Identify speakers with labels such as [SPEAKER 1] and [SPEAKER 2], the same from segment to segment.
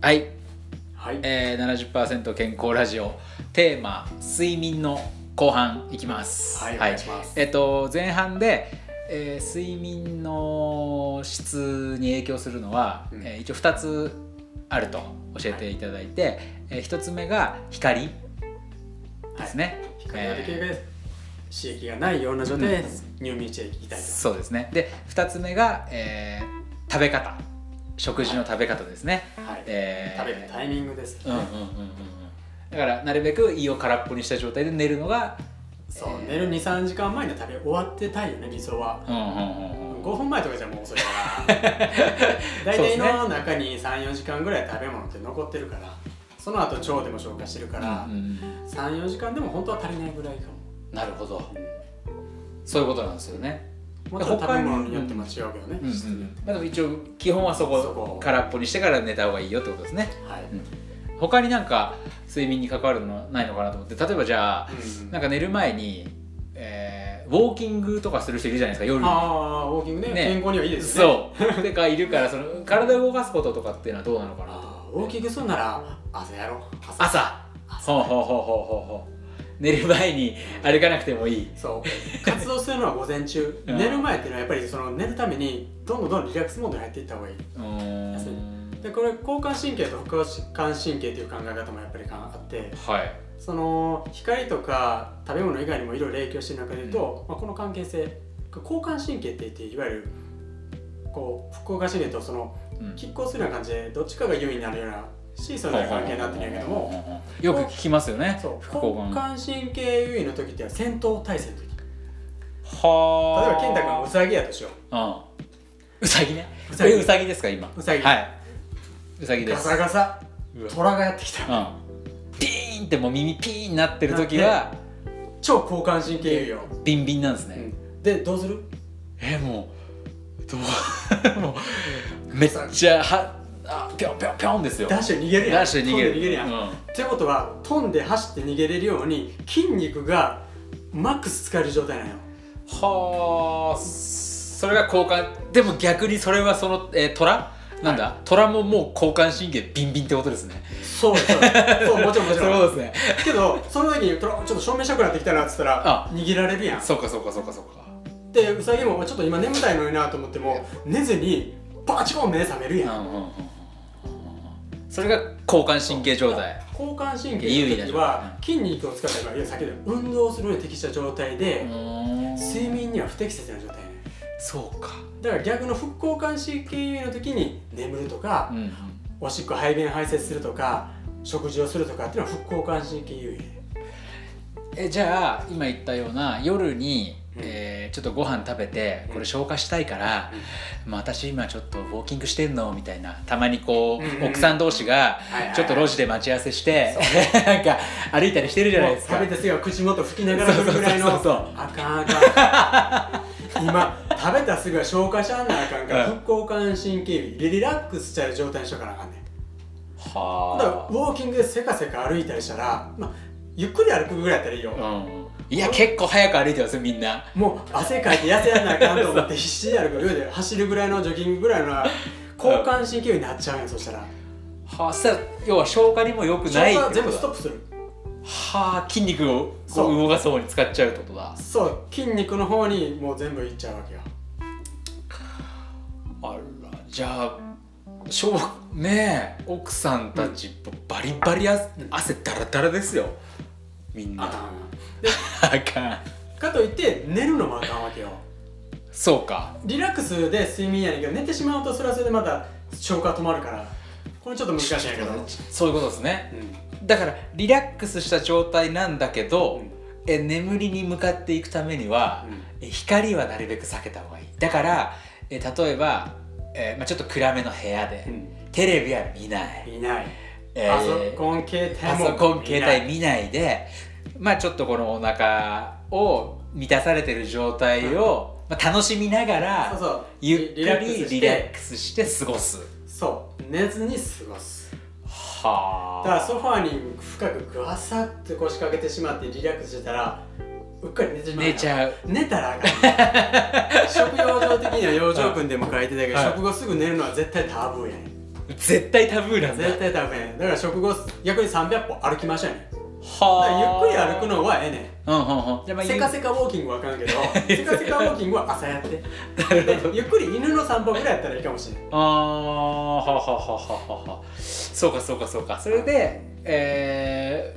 [SPEAKER 1] はい、
[SPEAKER 2] はい、
[SPEAKER 1] えー、70%健康ラジオテーマ睡眠の後半いきます
[SPEAKER 2] はいお願いします
[SPEAKER 1] えっと前半で、えー睡眠の質に影響するのは、
[SPEAKER 2] うん
[SPEAKER 1] えー一応2つあると教えていただいて、え1つ目が光ですね、
[SPEAKER 2] 光ができ
[SPEAKER 1] えー
[SPEAKER 2] るだけ刺激がないような状態で入眠していきたいと、
[SPEAKER 1] そうですねで2つ目が、えー食べ方食事の食べ方ですね、
[SPEAKER 2] はい
[SPEAKER 1] えー
[SPEAKER 2] 食べるタイミングです
[SPEAKER 1] う
[SPEAKER 2] ね、
[SPEAKER 1] んうんうんうんうんだからなるべく胃を空っぽにした状態で寝るのが
[SPEAKER 2] そう、
[SPEAKER 1] えー
[SPEAKER 2] 寝る23時間前には食べ終わってたいよね理想は、
[SPEAKER 1] うんうんうんうん
[SPEAKER 2] 5分前とかじゃもう遅いから 大体の中に34時間ぐらい食べ物って残ってるからその後腸でも消化してるから、
[SPEAKER 1] うん
[SPEAKER 2] 34時間でも本当は足りないぐらいかも、
[SPEAKER 1] なるほどそういうことなんですよね、
[SPEAKER 2] もちろん食べ物によっても違うけどね、
[SPEAKER 1] うんう
[SPEAKER 2] 質によっ
[SPEAKER 1] ん
[SPEAKER 2] て
[SPEAKER 1] まあ、でも一応基本はそこ
[SPEAKER 2] そこ
[SPEAKER 1] 空っぽにしてから寝た方がいいよってことですね
[SPEAKER 2] はい、
[SPEAKER 1] うん他になんか睡眠に関わるのはないのかなと思って例えばじゃあ
[SPEAKER 2] うん
[SPEAKER 1] なんか寝る前に、えーウォーキングとかする人いるじゃないですか夜に
[SPEAKER 2] ああウォーキングね
[SPEAKER 1] ね
[SPEAKER 2] 健康にはいいですね
[SPEAKER 1] そうてかいるからその体を動かすこととかっていうのはどうなのかなと
[SPEAKER 2] あーウォーキングするなら朝やろう朝
[SPEAKER 1] 朝
[SPEAKER 2] 朝
[SPEAKER 1] ほうほうほうほうほうほう寝る前に歩かなくてもいい
[SPEAKER 2] そう活動するのは午前中
[SPEAKER 1] うん
[SPEAKER 2] 寝る前っていうのはやっぱりその寝るためにどんどんどんどんリラックスモードに入っていった方がいいう
[SPEAKER 1] ー
[SPEAKER 2] そうんでこれ交感神経と副交感神経という考え方もやっぱりあって
[SPEAKER 1] はい
[SPEAKER 2] その光とか食べ物以外にもいろいろ影響してる中で言うと、まあ、この関係性交感神経って言っていわゆるこう副交感神経とその
[SPEAKER 1] うん
[SPEAKER 2] 拮抗するような感じでどっちかが優位になるようなシーソーのような関係になってるんやけども
[SPEAKER 1] よく聞きますよね
[SPEAKER 2] そう
[SPEAKER 1] 副
[SPEAKER 2] 副
[SPEAKER 1] 交
[SPEAKER 2] 交
[SPEAKER 1] 感
[SPEAKER 2] 感神経優位の時っていうのは戦闘態勢の時例え
[SPEAKER 1] は
[SPEAKER 2] ば健太君がウサギやとしよ
[SPEAKER 1] 君うんうさぎね
[SPEAKER 2] う
[SPEAKER 1] これうさぎですか今
[SPEAKER 2] うさぎ
[SPEAKER 1] はいうさぎで
[SPEAKER 2] ガ
[SPEAKER 1] す
[SPEAKER 2] サガサ
[SPEAKER 1] う
[SPEAKER 2] 虎がやってきた
[SPEAKER 1] わうんピーンってもう耳ピーンなってる時は
[SPEAKER 2] 超交感神経優位よ、
[SPEAKER 1] ビンビンなんです
[SPEAKER 2] う
[SPEAKER 1] ね
[SPEAKER 2] ん、でどうする
[SPEAKER 1] えもうどう もうめっちゃはあぴょんぴょんぴょんですよ
[SPEAKER 2] ダッシュで逃げるやん
[SPEAKER 1] ダッシュで逃げる
[SPEAKER 2] 飛んで逃げるやん、
[SPEAKER 1] うん
[SPEAKER 2] ってことは飛んで走って逃げれるように筋肉がマックス使える状態なのよ
[SPEAKER 1] はあそれが交換でも逆にそれはその、えー、虎なんだ、虎ももう交感神経ビンビンってことですね
[SPEAKER 2] そうそうそうもちろんもち
[SPEAKER 1] そういう
[SPEAKER 2] ろ
[SPEAKER 1] こ
[SPEAKER 2] ん
[SPEAKER 1] とですね
[SPEAKER 2] けどその時にトラちょっと正面したくなってきたなっつったら
[SPEAKER 1] あ
[SPEAKER 2] 逃げられるやん
[SPEAKER 1] そうかそうかそうかそうか
[SPEAKER 2] でウサギもちょっと今眠たいのになと思っても寝ずにバチコン目覚めるやん
[SPEAKER 1] うんうんうんうんうんそれが交感神経状態
[SPEAKER 2] 交感神
[SPEAKER 1] 優
[SPEAKER 2] 経
[SPEAKER 1] 位な
[SPEAKER 2] の
[SPEAKER 1] 状態
[SPEAKER 2] 時は筋肉を使ったからいや先ほど運動するのに適した状態
[SPEAKER 1] う
[SPEAKER 2] で
[SPEAKER 1] ーん
[SPEAKER 2] 睡眠には不適切な状態ね
[SPEAKER 1] そうか
[SPEAKER 2] だから逆の副交感神経優位の時に眠ると
[SPEAKER 1] う
[SPEAKER 2] か
[SPEAKER 1] んうん
[SPEAKER 2] おしっこ排便排泄するとか食事をするとかっていうのは副交感神経優位
[SPEAKER 1] えじゃあ今言ったような夜に、
[SPEAKER 2] うん
[SPEAKER 1] えーちょっとご飯食べてこれ消化したいから、まあ、私今ちょっとウォーキングしてんのみたいなたまにこう、
[SPEAKER 2] うんうん
[SPEAKER 1] 奥さん同士が
[SPEAKER 2] いはいはい
[SPEAKER 1] ちょっと路地で待ち合わせして、なんか歩いたりしてるじゃないですか
[SPEAKER 2] もう食べてすぐ口元拭きながらするぐらいの
[SPEAKER 1] そうそうそうそう
[SPEAKER 2] あかんあかん今食べたすぐは消化しゃんなあかんから、
[SPEAKER 1] うん
[SPEAKER 2] 副交感神経優位リラックスしちゃう状態にしとかなあかんねんだから
[SPEAKER 1] は
[SPEAKER 2] ウォーキングでせかせか歩いたりしたら、まあ、ゆっくり歩くぐらいやったらいいよ、
[SPEAKER 1] あ、うん、いや結構早く歩いてますよみんな
[SPEAKER 2] もう汗かいて痩せやんなあかんと思って必死で歩くよで走るぐらいのジョギングぐらいの交感神経優位になっちゃうよそしたら
[SPEAKER 1] はあそしたら要は消化にも良くない
[SPEAKER 2] 消化
[SPEAKER 1] って
[SPEAKER 2] 全
[SPEAKER 1] こ
[SPEAKER 2] 部
[SPEAKER 1] と
[SPEAKER 2] ス
[SPEAKER 1] だ
[SPEAKER 2] トップする
[SPEAKER 1] はあ筋肉をこ
[SPEAKER 2] そうう
[SPEAKER 1] 動かす方に使っちゃうってことだ
[SPEAKER 2] そう筋肉の方にもう全部いっちゃうわけよ
[SPEAKER 1] あらじゃあしょうねえ奥さんたち、バリバリ汗汗だらだらですよみんな
[SPEAKER 2] あ
[SPEAKER 1] あ
[SPEAKER 2] か
[SPEAKER 1] かん
[SPEAKER 2] んかといって寝るのもあかんわけよ
[SPEAKER 1] そうか
[SPEAKER 2] リラックスで睡眠やねんけど寝てしまうとそれはそれでまた消化止まるからこれちょっと難しいんやけど、うん
[SPEAKER 1] そういうことですねだからリラックスした状態なんだけど、
[SPEAKER 2] うん
[SPEAKER 1] え眠りに向かっていくためには、え光はなるべく避けた方がいいだからえ例えば、えーまあ、ちょっと暗めの部屋で、
[SPEAKER 2] う
[SPEAKER 1] テレビは見ない、
[SPEAKER 2] ん、いない、
[SPEAKER 1] え
[SPEAKER 2] パ
[SPEAKER 1] ー
[SPEAKER 2] ソコン携
[SPEAKER 1] パ
[SPEAKER 2] 帯も
[SPEAKER 1] ソコン
[SPEAKER 2] い
[SPEAKER 1] 携
[SPEAKER 2] ない
[SPEAKER 1] 帯見ないでまあちょっとこのお腹を満たされてる状態を、まあ、楽しみなが
[SPEAKER 2] そう
[SPEAKER 1] ら
[SPEAKER 2] そう
[SPEAKER 1] ゆっくりリ
[SPEAKER 2] リ
[SPEAKER 1] ラ
[SPEAKER 2] ラ
[SPEAKER 1] ッ
[SPEAKER 2] ッ
[SPEAKER 1] ク
[SPEAKER 2] ク
[SPEAKER 1] ス
[SPEAKER 2] ス
[SPEAKER 1] し
[SPEAKER 2] してて
[SPEAKER 1] 過ごす
[SPEAKER 2] そう寝ずに過ごす
[SPEAKER 1] は
[SPEAKER 2] だからソファーに深くグワサッと腰掛けてしまってリラックスしてたらうっかり寝てしまう
[SPEAKER 1] 寝ちゃう
[SPEAKER 2] 寝たらあかん食用上的には養生訓でも書いてたけど、
[SPEAKER 1] はい
[SPEAKER 2] 食後すぐ寝るのは絶対タブーやねん
[SPEAKER 1] 絶対タブーなんだ
[SPEAKER 2] 絶対ダメだから食後逆に300歩歩きましょうねだから
[SPEAKER 1] は
[SPEAKER 2] ゆっくり歩くのはええねん
[SPEAKER 1] うんうんうんじゃあまあ
[SPEAKER 2] せかせかウォーキングはあかんけどせかせかウォーキングは朝やって
[SPEAKER 1] ゆっくり
[SPEAKER 2] でゆっくり犬の散歩ぐらいやったらいいかもしれない
[SPEAKER 1] あーははははははそうかそうかそうかそれでえ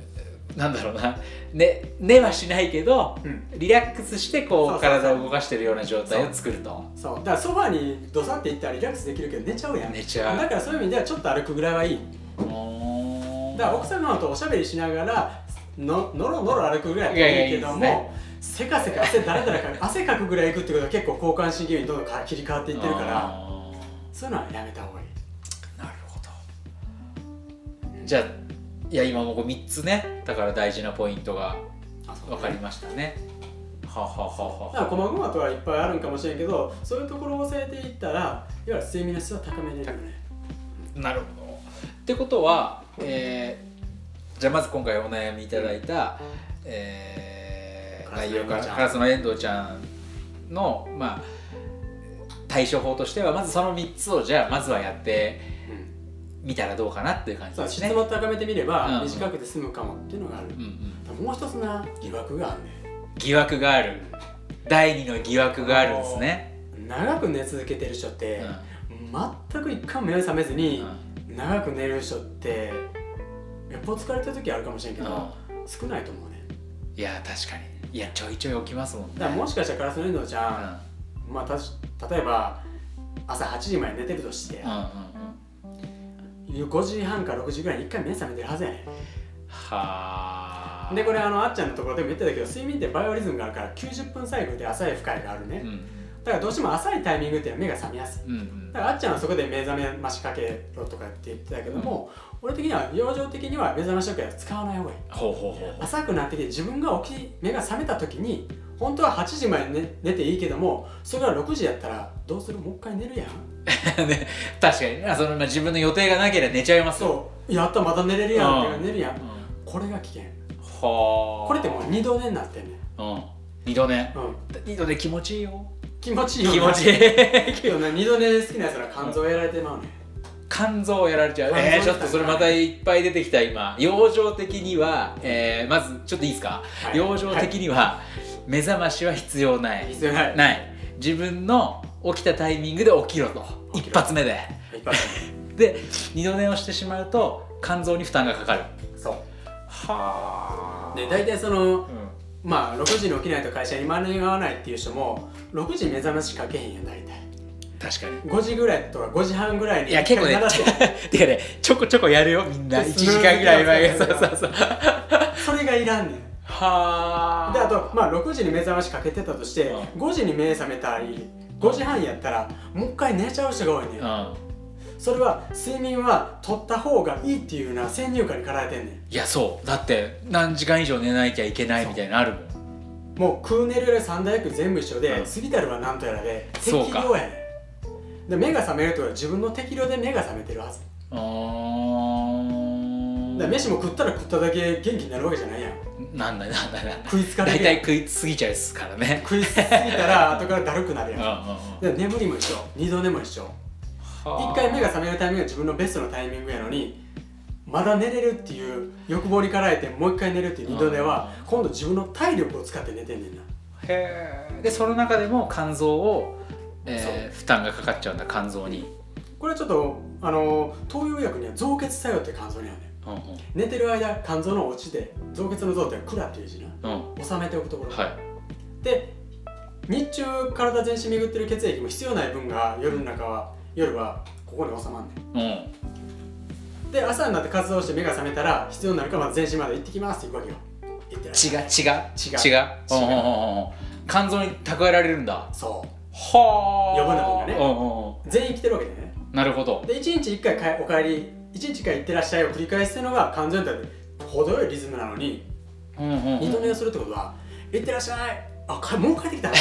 [SPEAKER 1] ー、なんだろうな寝寝はしないけど
[SPEAKER 2] うん
[SPEAKER 1] リラックスしてこう
[SPEAKER 2] そうそうそう
[SPEAKER 1] 体を動かしてるような状態を作ると
[SPEAKER 2] そうだからソファーにドサって行ったらリラックスできるけど寝ちゃうやん
[SPEAKER 1] 寝ちゃう
[SPEAKER 2] だからそういう意味ではちょっと歩くぐらいはいい
[SPEAKER 1] おー
[SPEAKER 2] だから奥様とおしゃべりしながらののろのろ歩くぐらいはいいけ
[SPEAKER 1] いや
[SPEAKER 2] ど
[SPEAKER 1] いやいい
[SPEAKER 2] もせかせか汗だらだらか汗かくぐらい行くってことは結構交感神経にどんどんか切り替わっていってるから
[SPEAKER 1] あ
[SPEAKER 2] そういうのはやめた方がいい
[SPEAKER 1] ーなるほどじゃあいや今もこう3つねだから大事なポイントが
[SPEAKER 2] あそう
[SPEAKER 1] 分かりましたねはははは
[SPEAKER 2] だから細々とはいっぱいあるんかもしれんけどそういうところを抑えていったらいわゆる睡眠の質は高めれるよね
[SPEAKER 1] なるほど。ってことは、えーじゃあまず今回お悩みいただいた、えー
[SPEAKER 2] カラ
[SPEAKER 1] 内
[SPEAKER 2] スの
[SPEAKER 1] 容から
[SPEAKER 2] 遠藤ちゃん
[SPEAKER 1] カラスの遠藤ちゃんの、まあ、対処法としてはまずその3つをじゃあまずはやって
[SPEAKER 2] うん
[SPEAKER 1] みたらどうかなっていう感じ
[SPEAKER 2] そう
[SPEAKER 1] です
[SPEAKER 2] 質
[SPEAKER 1] ね。
[SPEAKER 2] 問を高めてみれば
[SPEAKER 1] うん
[SPEAKER 2] 短くて済むかもっていうのがある
[SPEAKER 1] うんうん、
[SPEAKER 2] だからもう一つな疑惑があるね
[SPEAKER 1] 疑惑がある第2の疑惑があるんですね。
[SPEAKER 2] 長く寝続けてる人っ
[SPEAKER 1] う
[SPEAKER 2] て
[SPEAKER 1] ん
[SPEAKER 2] 全く一回も目覚めずに
[SPEAKER 1] うん
[SPEAKER 2] 長く寝る人ってよっぽど疲れた時はあるかもしれんけ
[SPEAKER 1] う
[SPEAKER 2] ど
[SPEAKER 1] ん
[SPEAKER 2] 少ないと思うね
[SPEAKER 1] いや確かにいやちょいちょい起きますもんね。
[SPEAKER 2] だからもしかしたらカラスの遠藤ち
[SPEAKER 1] うん
[SPEAKER 2] ゃんまあたし例えば朝8時まで寝てるとして
[SPEAKER 1] うんうんうん
[SPEAKER 2] 5時半か6時ぐらいに1回目覚めてるはずやねん
[SPEAKER 1] はあ。
[SPEAKER 2] でこれあのあっちゃんのところでも言ってたけど睡眠ってバイオリズムがあるから90分サイクルで浅い深いがあるね、
[SPEAKER 1] うん
[SPEAKER 2] だからどうしても浅いタイミングっていうのは目が覚めやすい
[SPEAKER 1] うんうん
[SPEAKER 2] だからあっちゃんはそこで目覚めましかけろとかって言ってたけども、俺的には養生的には目覚まし時計は使わない方がいい
[SPEAKER 1] ほうほうほうほう
[SPEAKER 2] 浅くなってきて自分が起き目が覚めた時に本当は8時まで寝寝ていいけどもそれが6時やったらどうするもう一回寝るやん
[SPEAKER 1] ね、確かになそのまあ自分の予定がなければ寝ちゃいますよ
[SPEAKER 2] そうやったまた寝れるやんって寝るや
[SPEAKER 1] うん
[SPEAKER 2] んこれが危険
[SPEAKER 1] はあ
[SPEAKER 2] これってもう二度寝になってんねん、
[SPEAKER 1] うん二度寝
[SPEAKER 2] うん、
[SPEAKER 1] 二度寝気持ちいいよ
[SPEAKER 2] 気持ちいいよ
[SPEAKER 1] 気
[SPEAKER 2] な
[SPEAKER 1] 持ちいい
[SPEAKER 2] けどね二度寝好きなやつら肝臓やられてまうね、
[SPEAKER 1] 肝臓やられちゃう
[SPEAKER 2] 肝臓
[SPEAKER 1] えー、ちょっとそれまたいっぱい出てきた今養生的には、えー、まずちょっといいですか、
[SPEAKER 2] はい
[SPEAKER 1] 養生的には、目覚ましは 必要ない
[SPEAKER 2] 必要ない
[SPEAKER 1] ない自分の起きたタイミングで起きろと
[SPEAKER 2] 起きろ
[SPEAKER 1] 一発目で
[SPEAKER 2] いっぱい
[SPEAKER 1] で二度寝をしてしまうと肝臓に負担がかかる
[SPEAKER 2] そう
[SPEAKER 1] は
[SPEAKER 2] で大体そ
[SPEAKER 1] う
[SPEAKER 2] の
[SPEAKER 1] ん
[SPEAKER 2] まあ6時に起きないと会社に間に合わないっていう人も6時目覚ましかけへんやん大体
[SPEAKER 1] 確かに
[SPEAKER 2] 5時ぐらいとか5時半ぐらいに
[SPEAKER 1] いや結構ね
[SPEAKER 2] 鳴らすやん
[SPEAKER 1] てかねちょこちょこやるよみんな
[SPEAKER 2] そう
[SPEAKER 1] 1時間ぐらい前
[SPEAKER 2] そ
[SPEAKER 1] そうう
[SPEAKER 2] そ
[SPEAKER 1] そうう
[SPEAKER 2] そう
[SPEAKER 1] そう
[SPEAKER 2] それがいらん ねん
[SPEAKER 1] は
[SPEAKER 2] であとまあ6時に目覚ましかけてたとして
[SPEAKER 1] うん
[SPEAKER 2] 5時に目覚めたり5時半やったらもう一回寝ちゃう人が多いねん
[SPEAKER 1] うん
[SPEAKER 2] それは睡眠は取った方がいいっていうような先入観に駆られてんねん
[SPEAKER 1] いやそうだって何時間以上寝なきゃいけないみたいなのあるもん
[SPEAKER 2] もうクーネルや三大薬全部一緒で、
[SPEAKER 1] うん
[SPEAKER 2] 過ぎたるはなんとやらで適
[SPEAKER 1] そうか
[SPEAKER 2] 量やねんで目が覚めるってことは自分の適量で目が覚めてるはず
[SPEAKER 1] あ
[SPEAKER 2] だから
[SPEAKER 1] ー
[SPEAKER 2] 飯も食ったら食っただけ元気になるわけじゃないやん
[SPEAKER 1] なんだなんだなんだ
[SPEAKER 2] 食いつかれ
[SPEAKER 1] 大
[SPEAKER 2] るやん
[SPEAKER 1] 体食いすぎちゃうっすからね
[SPEAKER 2] 食いすぎたら 後からだるくなる
[SPEAKER 1] うんうん
[SPEAKER 2] やんだから眠りも一緒二度寝も一緒
[SPEAKER 1] うん
[SPEAKER 2] 一回目が覚めるタイミングが自分のベストのタイミングやのにまだ寝れるっていう欲望に駆られてもう一回寝るっていう二度寝は
[SPEAKER 1] う
[SPEAKER 2] 今度自分の体力を使って寝てんねんな
[SPEAKER 1] へえでその中でも肝臓を、えー負担がかかっちゃうんだ肝臓に、
[SPEAKER 2] これはちょっとあの東洋医薬には造血作用って肝臓にあるねん
[SPEAKER 1] うんうん
[SPEAKER 2] 寝てる間肝臓の落ちで造血の臓っていうのは蔵っていう字な
[SPEAKER 1] うん
[SPEAKER 2] 収めておくところ、
[SPEAKER 1] はい
[SPEAKER 2] で日中体全身巡ってる血液も必要ない分が夜の中は夜はここに収まんね
[SPEAKER 1] うん
[SPEAKER 2] んで朝になって活動して目が覚めたら必要になるからまず全身まで行ってきますって行くわけよ行ってらっしゃい
[SPEAKER 1] 血が血が
[SPEAKER 2] 血が
[SPEAKER 1] 血がうんうんうんうん肝臓に蓄えられるんだ
[SPEAKER 2] そう
[SPEAKER 1] はあ
[SPEAKER 2] 余分な分がね
[SPEAKER 1] うんうんう
[SPEAKER 2] 全員来てるわけだよね
[SPEAKER 1] んなるほど
[SPEAKER 2] で1日1回かえお帰り1日1回行ってらっしゃいを繰り返すのが肝臓にとって程よいリズムなのに
[SPEAKER 1] うんうんうん
[SPEAKER 2] 二度寝をするってことは「行ってらっしゃい」あかもう帰ってきたの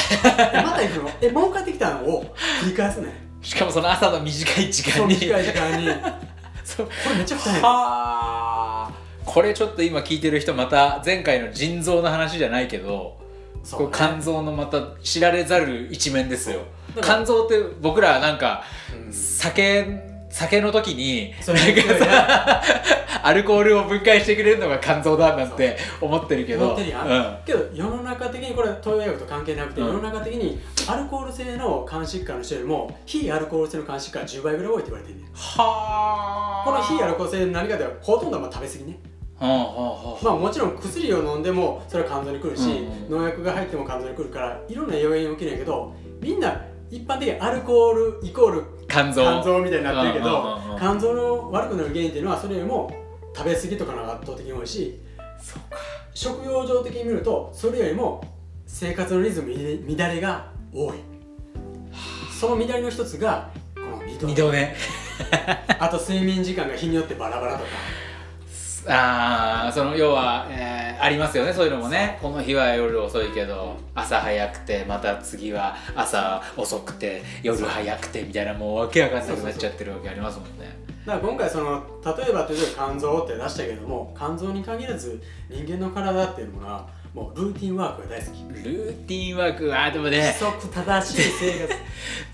[SPEAKER 2] えまた行くのえもう帰ってきたのを繰り返すねん
[SPEAKER 1] しかもその朝の短い時
[SPEAKER 2] そ
[SPEAKER 1] 間
[SPEAKER 2] う
[SPEAKER 1] に
[SPEAKER 2] 短い時間にこ
[SPEAKER 1] そう
[SPEAKER 2] れめちゃくちゃ早い
[SPEAKER 1] はあこれちょっと今聞いてる人また前回の腎臓の話じゃないけど
[SPEAKER 2] そ
[SPEAKER 1] こ
[SPEAKER 2] う
[SPEAKER 1] う肝臓のまた知られざる一面ですよ
[SPEAKER 2] だから
[SPEAKER 1] 肝臓って僕らなんか
[SPEAKER 2] うん
[SPEAKER 1] 酒酒の時に
[SPEAKER 2] それなんか
[SPEAKER 1] アルコールを分解してくれるのが肝臓だなんて思ってるけど
[SPEAKER 2] 思ってるやん
[SPEAKER 1] うん
[SPEAKER 2] けど世の中的にこれは東洋医学と関係なくて、
[SPEAKER 1] うん
[SPEAKER 2] 世の中的にアルコール性の肝疾患の人よりも非アルコール性の肝疾患は10倍ぐらい多いって言われてるねん
[SPEAKER 1] はあ
[SPEAKER 2] この非アルコール性の何かではほとんどはまあ食べ過ぎね
[SPEAKER 1] うんうんうん
[SPEAKER 2] まあもちろん薬を飲んでもそれは肝臓に来るし、
[SPEAKER 1] うん
[SPEAKER 2] 農薬が入っても肝臓に来るからいろんな要因起きるんやけどみんな一般的にアルコールイコール
[SPEAKER 1] 肝臓
[SPEAKER 2] 肝臓みたいになってるけ
[SPEAKER 1] うん
[SPEAKER 2] ど
[SPEAKER 1] うんうんうん
[SPEAKER 2] 肝臓の悪くなる原因っていうのはそれよりも食べ過ぎとかの方が圧倒的に多いし
[SPEAKER 1] そうか
[SPEAKER 2] 食用上的に見るとそれよりも生活のリズムに乱れが多いその乱れの一つがこの二度
[SPEAKER 1] 二度寝
[SPEAKER 2] あと睡眠時間が日によってバラバラとか
[SPEAKER 1] ああその要は、えーありますよねそういうのもねこの日は夜遅いけど朝早くてまた次は朝遅くて夜早くてみたいなもうわけわかんなくなっちゃってるわけありますもんね
[SPEAKER 2] だから今回その例えばというと肝臓って出したけども肝臓に限らず人間の体っていうものはもうルーティンワークが大好き
[SPEAKER 1] ルーティンワークはでも
[SPEAKER 2] 規
[SPEAKER 1] ね
[SPEAKER 2] 則正しい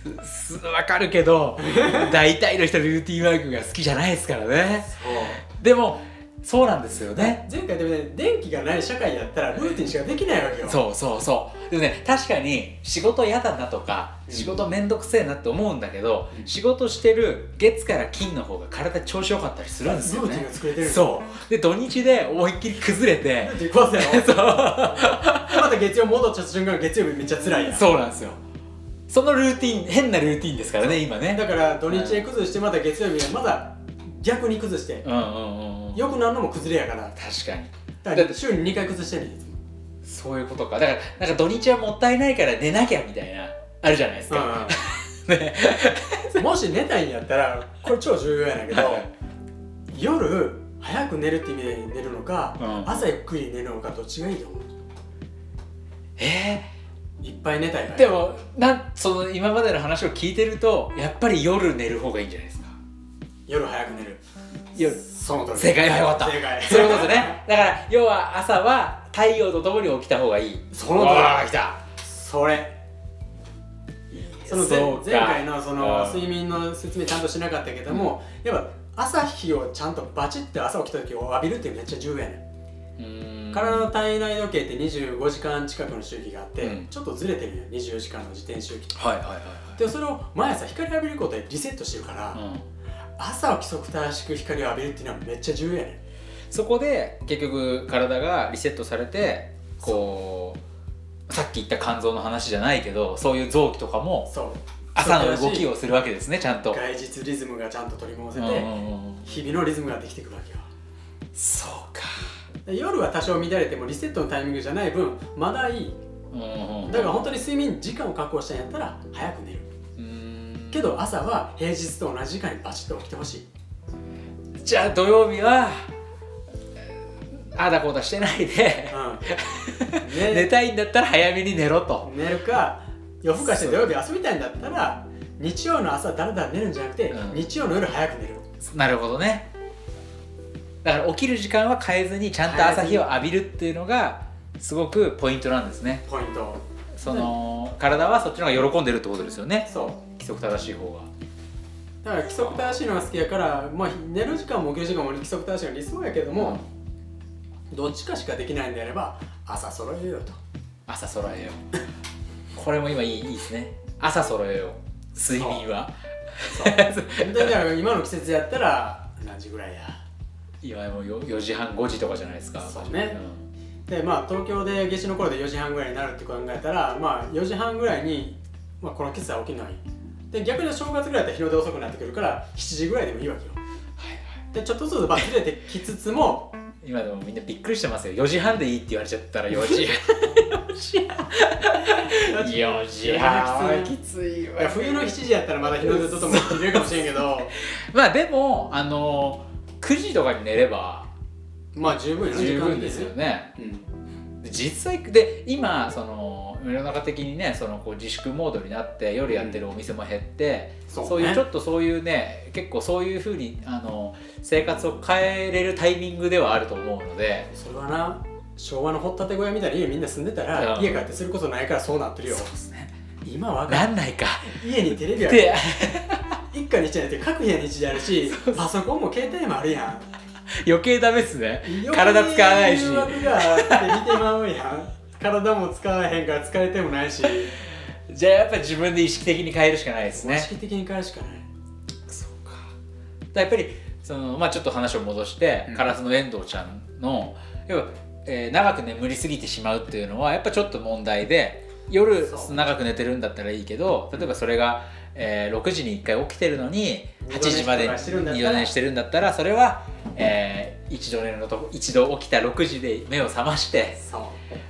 [SPEAKER 2] 生活
[SPEAKER 1] すわかるけど大体の人ルーティンワークが好きじゃないですからね
[SPEAKER 2] そう
[SPEAKER 1] でもそうなんですよね
[SPEAKER 2] 前回でもね電気がない社会やったらルーティンしかできないわけよ
[SPEAKER 1] そうそうそうでもね確かに仕事嫌だなとか
[SPEAKER 2] うん
[SPEAKER 1] 仕事めんどくせえなって思うんだけど、
[SPEAKER 2] うん
[SPEAKER 1] 仕事してる月から金の方が体調子よかったりす
[SPEAKER 2] ル
[SPEAKER 1] るん
[SPEAKER 2] ー
[SPEAKER 1] ですよ
[SPEAKER 2] ティン
[SPEAKER 1] ね
[SPEAKER 2] が作れてる
[SPEAKER 1] そうで土日で思いっきり崩れ て
[SPEAKER 2] ルーティン壊せよ
[SPEAKER 1] そう
[SPEAKER 2] また月曜戻っちゃった瞬間月曜日めっちゃ辛いやん
[SPEAKER 1] そうなんですよそのルーティン変なルーティンですからね今ね
[SPEAKER 2] だから土日で崩してまた月曜日はまだ逆に崩して
[SPEAKER 1] うんうんうんうん
[SPEAKER 2] よくなんのも崩れやから
[SPEAKER 1] 確かに
[SPEAKER 2] だから週に2回崩して るんです
[SPEAKER 1] そういうことかだからなんか土日はもったいないから寝なきゃみたいなあるじゃないです
[SPEAKER 2] うん
[SPEAKER 1] か、ね
[SPEAKER 2] もし寝たいんやったらこれ超重要やね んけど夜早く寝るって意味で寝るのか、
[SPEAKER 1] うん
[SPEAKER 2] 朝ゆっくり寝るのかどっちがいいと思う
[SPEAKER 1] えー、
[SPEAKER 2] いっぱい寝たいから
[SPEAKER 1] でもなんその今までの話を聞いてるとやっぱり夜寝る方がいいんじゃないですか
[SPEAKER 2] 夜早く寝る
[SPEAKER 1] 夜
[SPEAKER 2] その通り
[SPEAKER 1] 正解はよかった
[SPEAKER 2] 正解
[SPEAKER 1] そういうことですね だから要は朝は太陽とともに起きた方がいい
[SPEAKER 2] その通り
[SPEAKER 1] わあ来た
[SPEAKER 2] それその
[SPEAKER 1] そう
[SPEAKER 2] 前
[SPEAKER 1] か
[SPEAKER 2] 前回のその
[SPEAKER 1] うん
[SPEAKER 2] 睡眠の説明ちゃんとしなかったけども、やっぱ朝日をちゃんとバチって朝起きた時を浴びるってめっちゃ重要やねん
[SPEAKER 1] うーん
[SPEAKER 2] 体の体内時計って25時間近くの周期があって、
[SPEAKER 1] うん
[SPEAKER 2] ちょっとずれてるよ24時間の自転周期と
[SPEAKER 1] はいはいはい
[SPEAKER 2] でそれを毎朝光を浴びることでリセットしてるから、
[SPEAKER 1] はい、うん、
[SPEAKER 2] 朝は規則正しく光を浴びるっていうのはめっちゃ重要やね
[SPEAKER 1] そこで結局体がリセットされてこうさっき言った肝臓の話じゃないけどそういう臓器とか
[SPEAKER 2] ん
[SPEAKER 1] も
[SPEAKER 2] そう
[SPEAKER 1] 朝の動き
[SPEAKER 2] を
[SPEAKER 1] をするわけですねちゃんと、
[SPEAKER 2] 外実リズムがちゃんと取り戻せ
[SPEAKER 1] うん
[SPEAKER 2] て、
[SPEAKER 1] うんうん、
[SPEAKER 2] 日々のリズムができてくるわけよ
[SPEAKER 1] そうか
[SPEAKER 2] で夜は多少乱れてもリセットのタイミングじゃない分まだいい
[SPEAKER 1] うんうんうん
[SPEAKER 2] だから本当に睡眠時間を確保したんやったら早く寝る
[SPEAKER 1] うーん
[SPEAKER 2] けど朝は平日と同じ時間にバチッと起きてほしい
[SPEAKER 1] じゃあ土曜日はあだこうだしてないで
[SPEAKER 2] うん
[SPEAKER 1] 寝
[SPEAKER 2] ね
[SPEAKER 1] たいんだったら早めに寝ろと
[SPEAKER 2] 寝るか夜更かして土曜日遊びたいんだったら日曜の朝だらだら寝るんじゃなくて、
[SPEAKER 1] うん
[SPEAKER 2] 日曜の夜早く寝る
[SPEAKER 1] なるほどねだから起きる時間は変えずにちゃんと朝日を浴びるっていうのがすごくポイントなんですね
[SPEAKER 2] ポイント
[SPEAKER 1] その体はそっちの方が喜んでるってことですよね
[SPEAKER 2] そう
[SPEAKER 1] 規則正しい方が
[SPEAKER 2] だから規則正しいのが好きやから、まあ、寝る時間も起きる時間も規則正しいのが理想やけども、どっちかしかできないんであれば朝揃えようと
[SPEAKER 1] 朝揃えようこれも今いいいいですね朝揃えよう睡眠は
[SPEAKER 2] そうだから今の季節やったら何時ぐらいや
[SPEAKER 1] 今もうよ4時半5時とかじゃないですか
[SPEAKER 2] そうねでまあ東京で夏至の頃で4時半ぐらいになるって考えたらまあ4時半ぐらいに、まあ、この季節は起きないで逆に正月ぐらいだったら日の出遅くなってくるから7時ぐらいでもいいわけよ
[SPEAKER 1] はいはい
[SPEAKER 2] でちょっとずつバズれてきつつも
[SPEAKER 1] 今でもみんなびっくりしてますよ4時半でいいって言われちゃったら4時半4時半はきつい
[SPEAKER 2] いや冬の7時やったらまだ日の出とともに起きれるかもしれん けど
[SPEAKER 1] まあでもあの9時とかに寝れば
[SPEAKER 2] まあ十分よ
[SPEAKER 1] 十分ですよね
[SPEAKER 2] うん
[SPEAKER 1] 実際で今その世の中的にねそのこう自粛モードになって夜やってるお店も減って、
[SPEAKER 2] そうね
[SPEAKER 1] そういうちょっとそういうね結構そういうふうにあの生活を変えれるタイミングではあると思うので
[SPEAKER 2] それはな昭和の掘ったて小屋みたいな家みんな住んでたら、
[SPEAKER 1] うん
[SPEAKER 2] 家帰ってすることないからそうなってるよ
[SPEAKER 1] ですね
[SPEAKER 2] 今は
[SPEAKER 1] なんないか
[SPEAKER 2] 家にテレビあ
[SPEAKER 1] で
[SPEAKER 2] る一家に一台って各部屋に一台あるしパソコンも携帯もあるや
[SPEAKER 1] 余計ダメっすね
[SPEAKER 2] ん
[SPEAKER 1] 体使わないし
[SPEAKER 2] 余計誘惑があって見てまうやん体も使わへんから疲れてもないし
[SPEAKER 1] じゃあやっぱり自分で意識的に変えるしかないです
[SPEAKER 2] 意
[SPEAKER 1] ね
[SPEAKER 2] 識的に変えるしかない
[SPEAKER 1] そうかだからやっぱりその、まあ、ちょっと話を戻して、
[SPEAKER 2] うん
[SPEAKER 1] カラスの遠藤ちゃんの要は、えー長く眠りすぎてしまうっていうのはやっぱちょっと問題で夜
[SPEAKER 2] そう
[SPEAKER 1] 長く寝てるんだったらいいけど例えばそれが、えー6時に1回起きてるのに
[SPEAKER 2] 二
[SPEAKER 1] 8
[SPEAKER 2] 度寝
[SPEAKER 1] 時まで
[SPEAKER 2] とかしてるんだった
[SPEAKER 1] 二
[SPEAKER 2] ら
[SPEAKER 1] 度寝してるんだったらそれは、えー一度寝のとこ一度起きた6時で目を覚まして、
[SPEAKER 2] そう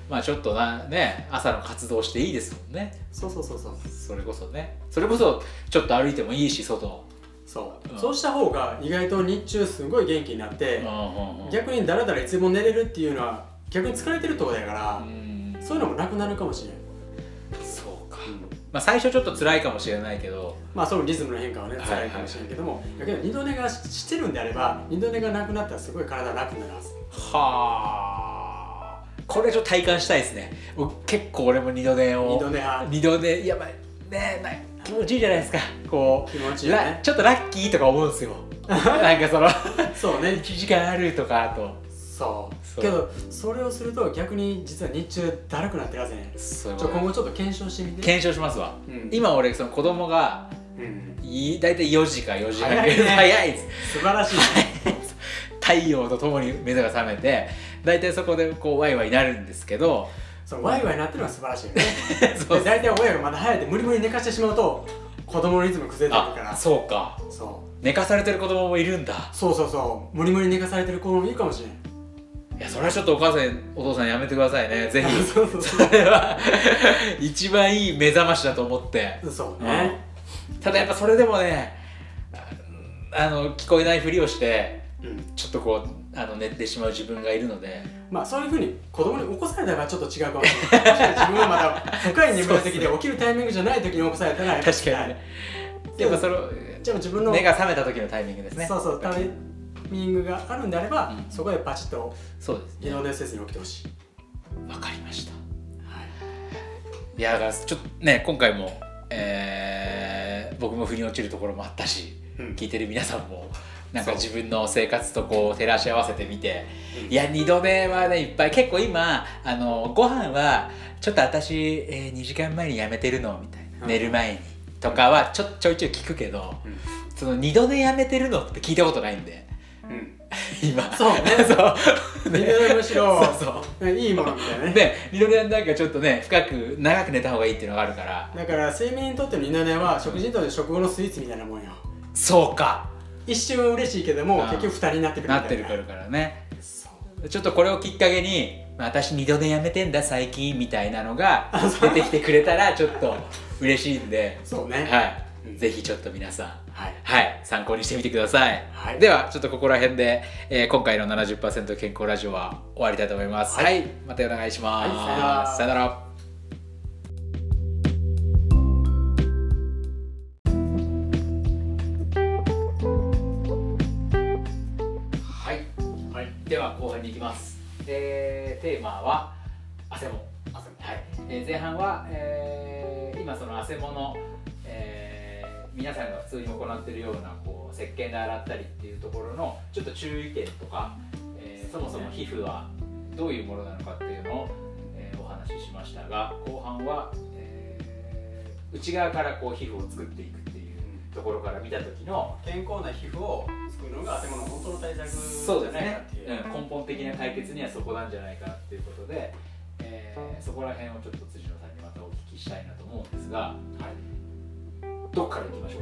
[SPEAKER 1] まあ、ちょっとな、ね、朝の活動していいですもんね
[SPEAKER 2] そうそうそうそう
[SPEAKER 1] それこそねそれこそちょっと歩いてもいいし外を。
[SPEAKER 2] そう、
[SPEAKER 1] うん
[SPEAKER 2] そうした方が意外と日中すごい元気になって、
[SPEAKER 1] うんうんうん
[SPEAKER 2] 逆にだらだらいつでも寝れるっていうのは逆に疲れてるとこだか
[SPEAKER 1] う
[SPEAKER 2] ら、
[SPEAKER 1] ん
[SPEAKER 2] そういうのもなくなるかもしれない、
[SPEAKER 1] そうか、まあ、最初ちょっと辛いかもしれないけど
[SPEAKER 2] まあそのリズムの変化はね
[SPEAKER 1] はい
[SPEAKER 2] 辛いかもしれないけども、逆に二度寝がししてるんであれば二度寝がなくなったらすごい体楽になるはず
[SPEAKER 1] はあこれちょっと体感したいですね僕結構俺も二度寝
[SPEAKER 2] 二度
[SPEAKER 1] を
[SPEAKER 2] 寝は
[SPEAKER 1] 二度寝やばいねえな気持ちいいじゃないですかこ
[SPEAKER 2] 気持
[SPEAKER 1] う
[SPEAKER 2] ちいいよ
[SPEAKER 1] ら
[SPEAKER 2] ね
[SPEAKER 1] ちょっとラッキーとか思うんです よなんかその
[SPEAKER 2] そうね
[SPEAKER 1] 1時間あるとかあと
[SPEAKER 2] そう
[SPEAKER 1] そう
[SPEAKER 2] けどそれをすると逆に実は日中だるくなってるはずやねんち
[SPEAKER 1] そういうこ
[SPEAKER 2] ょ
[SPEAKER 1] と
[SPEAKER 2] 今後ちょっと検証してみて、
[SPEAKER 1] 検証しますわ
[SPEAKER 2] うん、
[SPEAKER 1] 今俺その子供が
[SPEAKER 2] うん、
[SPEAKER 1] い大体4時か4時半ぐらい
[SPEAKER 2] 早いね
[SPEAKER 1] 早いです
[SPEAKER 2] 素晴 らしい、
[SPEAKER 1] 太陽とともに目が覚めて大体そこでこうワイワイになるんですけど
[SPEAKER 2] そうワイワイなってるのは素晴らしいよね
[SPEAKER 1] そう
[SPEAKER 2] で大体親がまだ早いって無理無理寝かしてしまうと子供のリズム崩れてくるから
[SPEAKER 1] あそうか
[SPEAKER 2] そう
[SPEAKER 1] 寝かされてる子供もいるんだ
[SPEAKER 2] そうそうそう無理無理寝かされてる子もいるかもしれない
[SPEAKER 1] いやそれはちょっとお母さんお父さんやめてくださいねぜひ
[SPEAKER 2] そうそうそ
[SPEAKER 1] それは一番いい目覚ましだと思って
[SPEAKER 2] うそうね、
[SPEAKER 1] ただやっぱそれでもねああの聞こえないふりをして
[SPEAKER 2] うん
[SPEAKER 1] ちょっとこうあの寝てしまう自分がいるので
[SPEAKER 2] まあそういうふうに子供に起こされたらちょっと違うかもしれない自分はまだ深い眠りの時で起きるタイミングじゃない時に起こされたらやっぱ
[SPEAKER 1] 確かにねやっぱその
[SPEAKER 2] じゃあ自分の
[SPEAKER 1] 目が覚めた時のタイミングですね
[SPEAKER 2] そうそうタイミングがあるんであれば、
[SPEAKER 1] うん
[SPEAKER 2] そこでパチッと
[SPEAKER 1] そうです
[SPEAKER 2] 移
[SPEAKER 1] ね
[SPEAKER 2] 動のせずに起きてほしい、
[SPEAKER 1] わかりました
[SPEAKER 2] はい、
[SPEAKER 1] いやだからちょっとね今回も、えー僕も腑に落ちるところもあったし
[SPEAKER 2] うん
[SPEAKER 1] 聞いてる皆さんもなんか
[SPEAKER 2] そう
[SPEAKER 1] 自分の生活とこう照らし合わせてみて
[SPEAKER 2] うん
[SPEAKER 1] いや二度目はねいっぱい結構今あのご飯はちょっと私、え2時間前にやめてるのみたいな、
[SPEAKER 2] うん
[SPEAKER 1] 寝る前にとかはちょちょいちょい聞くけど、
[SPEAKER 2] うん
[SPEAKER 1] その二度寝やめてるのって聞いたことないんで
[SPEAKER 2] うん
[SPEAKER 1] 今
[SPEAKER 2] そうね
[SPEAKER 1] そう
[SPEAKER 2] 二度寝むしろ
[SPEAKER 1] そうそう
[SPEAKER 2] いいものみたいなね
[SPEAKER 1] で二度寝なんかちょっとね深く長く寝た方がいいっていうのがあるから
[SPEAKER 2] だから睡眠にとっての二度寝は食事にとっての食後のスイーツみたいなもんよ
[SPEAKER 1] そうか
[SPEAKER 2] 一瞬は嬉しいけども
[SPEAKER 1] うん
[SPEAKER 2] 結局二人になってくるみ
[SPEAKER 1] な
[SPEAKER 2] た
[SPEAKER 1] っ
[SPEAKER 2] い
[SPEAKER 1] てるからね
[SPEAKER 2] そう
[SPEAKER 1] ちょっとこれをきっかけにまあ私二度寝やめてんだ最近みたいなのが出てきてくれたらちょっと嬉しいんで
[SPEAKER 2] そうね
[SPEAKER 1] はい、
[SPEAKER 2] うん
[SPEAKER 1] ぜひちょっと皆さん
[SPEAKER 2] はい
[SPEAKER 1] はい参考にしてみてください、
[SPEAKER 2] はい
[SPEAKER 1] ではちょっとここら辺で、えー今回の70%健康ラジオは終わりたいと思いますはい、
[SPEAKER 2] はい
[SPEAKER 1] またお願いします、
[SPEAKER 2] はいさよなら
[SPEAKER 1] さよならはい
[SPEAKER 2] はい
[SPEAKER 1] では後半に行きます、えーテーマは汗も
[SPEAKER 2] 汗も
[SPEAKER 1] はいえー前半は、えー今その汗もの、えー皆さんが普通に行っているようなこう石鹸で洗ったりっていうところのちょっと注意点とか、えーそもそも皮膚はどういうものなのかっていうのを、えーお話ししましたが後半は、えー内側からこう皮膚を作っていくっていうところから見た時の
[SPEAKER 2] 健康な皮膚を作るのが汗もの本当の対策
[SPEAKER 1] そう
[SPEAKER 2] じゃ
[SPEAKER 1] です
[SPEAKER 2] ないか
[SPEAKER 1] ね
[SPEAKER 2] ってい、う
[SPEAKER 1] うん、根本的な解決にはそこなんじゃないかなっていうことで、えーそこら辺をちょっと辻野さんにまたお聞きしたいなと思うんですが
[SPEAKER 2] はい
[SPEAKER 1] どっからいきましょう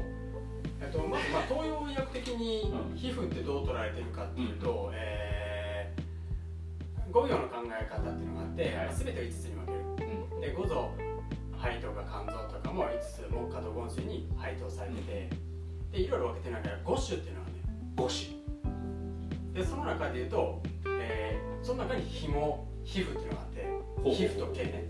[SPEAKER 2] えっとまずまあ東洋医学的に皮膚ってどう捉えてるかっていうと、えー、五行の考え方っていうのがあって、
[SPEAKER 1] はい
[SPEAKER 2] まあ全てを5つに分ける
[SPEAKER 1] うん
[SPEAKER 2] で五臓肺とか肝臓とかも5つ木下と言水に配当されてて、でいろいろ分けてる中で五種っていうのがね
[SPEAKER 1] 五種
[SPEAKER 2] でその中で言うと、えーその中に紐皮膚っていうのがあ
[SPEAKER 1] ほう
[SPEAKER 2] って皮膚と毛ね、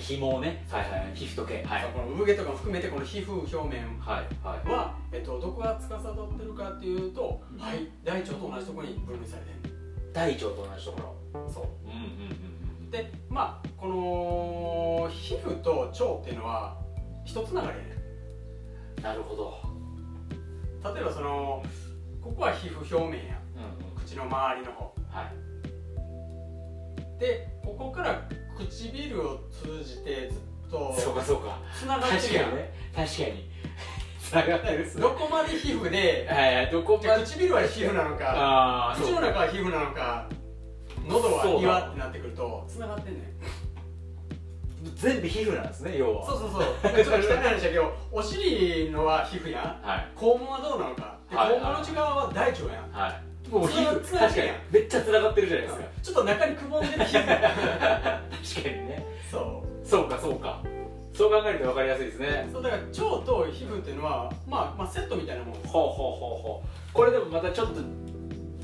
[SPEAKER 1] 紐をねはいはい皮膚と毛はい
[SPEAKER 2] そうこの産毛とかも含めてこの皮膚表面
[SPEAKER 1] はいはい
[SPEAKER 2] は、えっと、どこが司ってるかっていうと、
[SPEAKER 1] うん
[SPEAKER 2] はい、大腸と同じところに分類されてる
[SPEAKER 1] 大腸と同じところ
[SPEAKER 2] そう
[SPEAKER 1] うんうんうん
[SPEAKER 2] でまあこの皮膚と腸っていうのは一つ流れやね
[SPEAKER 1] うんなるほど
[SPEAKER 2] 例えばそのここは皮膚表面や
[SPEAKER 1] うん
[SPEAKER 2] 口の周りの方
[SPEAKER 1] はい
[SPEAKER 2] でここから唇を通じてずっと
[SPEAKER 1] そうかそうか
[SPEAKER 2] つなが
[SPEAKER 1] 確
[SPEAKER 2] ってるや
[SPEAKER 1] かに
[SPEAKER 2] ん
[SPEAKER 1] ね確かに 繋がってるっすね
[SPEAKER 2] どこまで皮膚で
[SPEAKER 1] えーどこ
[SPEAKER 2] じゃ
[SPEAKER 1] ま
[SPEAKER 2] あ
[SPEAKER 1] で
[SPEAKER 2] 唇は皮膚なのか
[SPEAKER 1] ああ
[SPEAKER 2] 口の中は皮膚なのか喉は
[SPEAKER 1] そうだ
[SPEAKER 2] 岩ってなってくるとつながってんねん
[SPEAKER 1] 全部皮膚なんですね要は
[SPEAKER 2] そうそうそうちょっと汚い話だけどお尻のは皮膚やん
[SPEAKER 1] はい
[SPEAKER 2] 肛門はどうなのかで
[SPEAKER 1] はい
[SPEAKER 2] 肛門の内側は大腸やん
[SPEAKER 1] はいもう皮膚
[SPEAKER 2] つ
[SPEAKER 1] 確
[SPEAKER 2] な
[SPEAKER 1] かに
[SPEAKER 2] がってるやん
[SPEAKER 1] めっちゃ繋がってるじゃないですか
[SPEAKER 2] ちょっと中にくぼんでる 皮膚や
[SPEAKER 1] 確
[SPEAKER 2] ん
[SPEAKER 1] かにね
[SPEAKER 2] そう
[SPEAKER 1] そうかそうかそう考えると分かりやすいですね
[SPEAKER 2] そうだから腸と皮膚っていうのは、まあ、まあセットみたいなもんです
[SPEAKER 1] ほうほうほうほうこれでもまたちょっと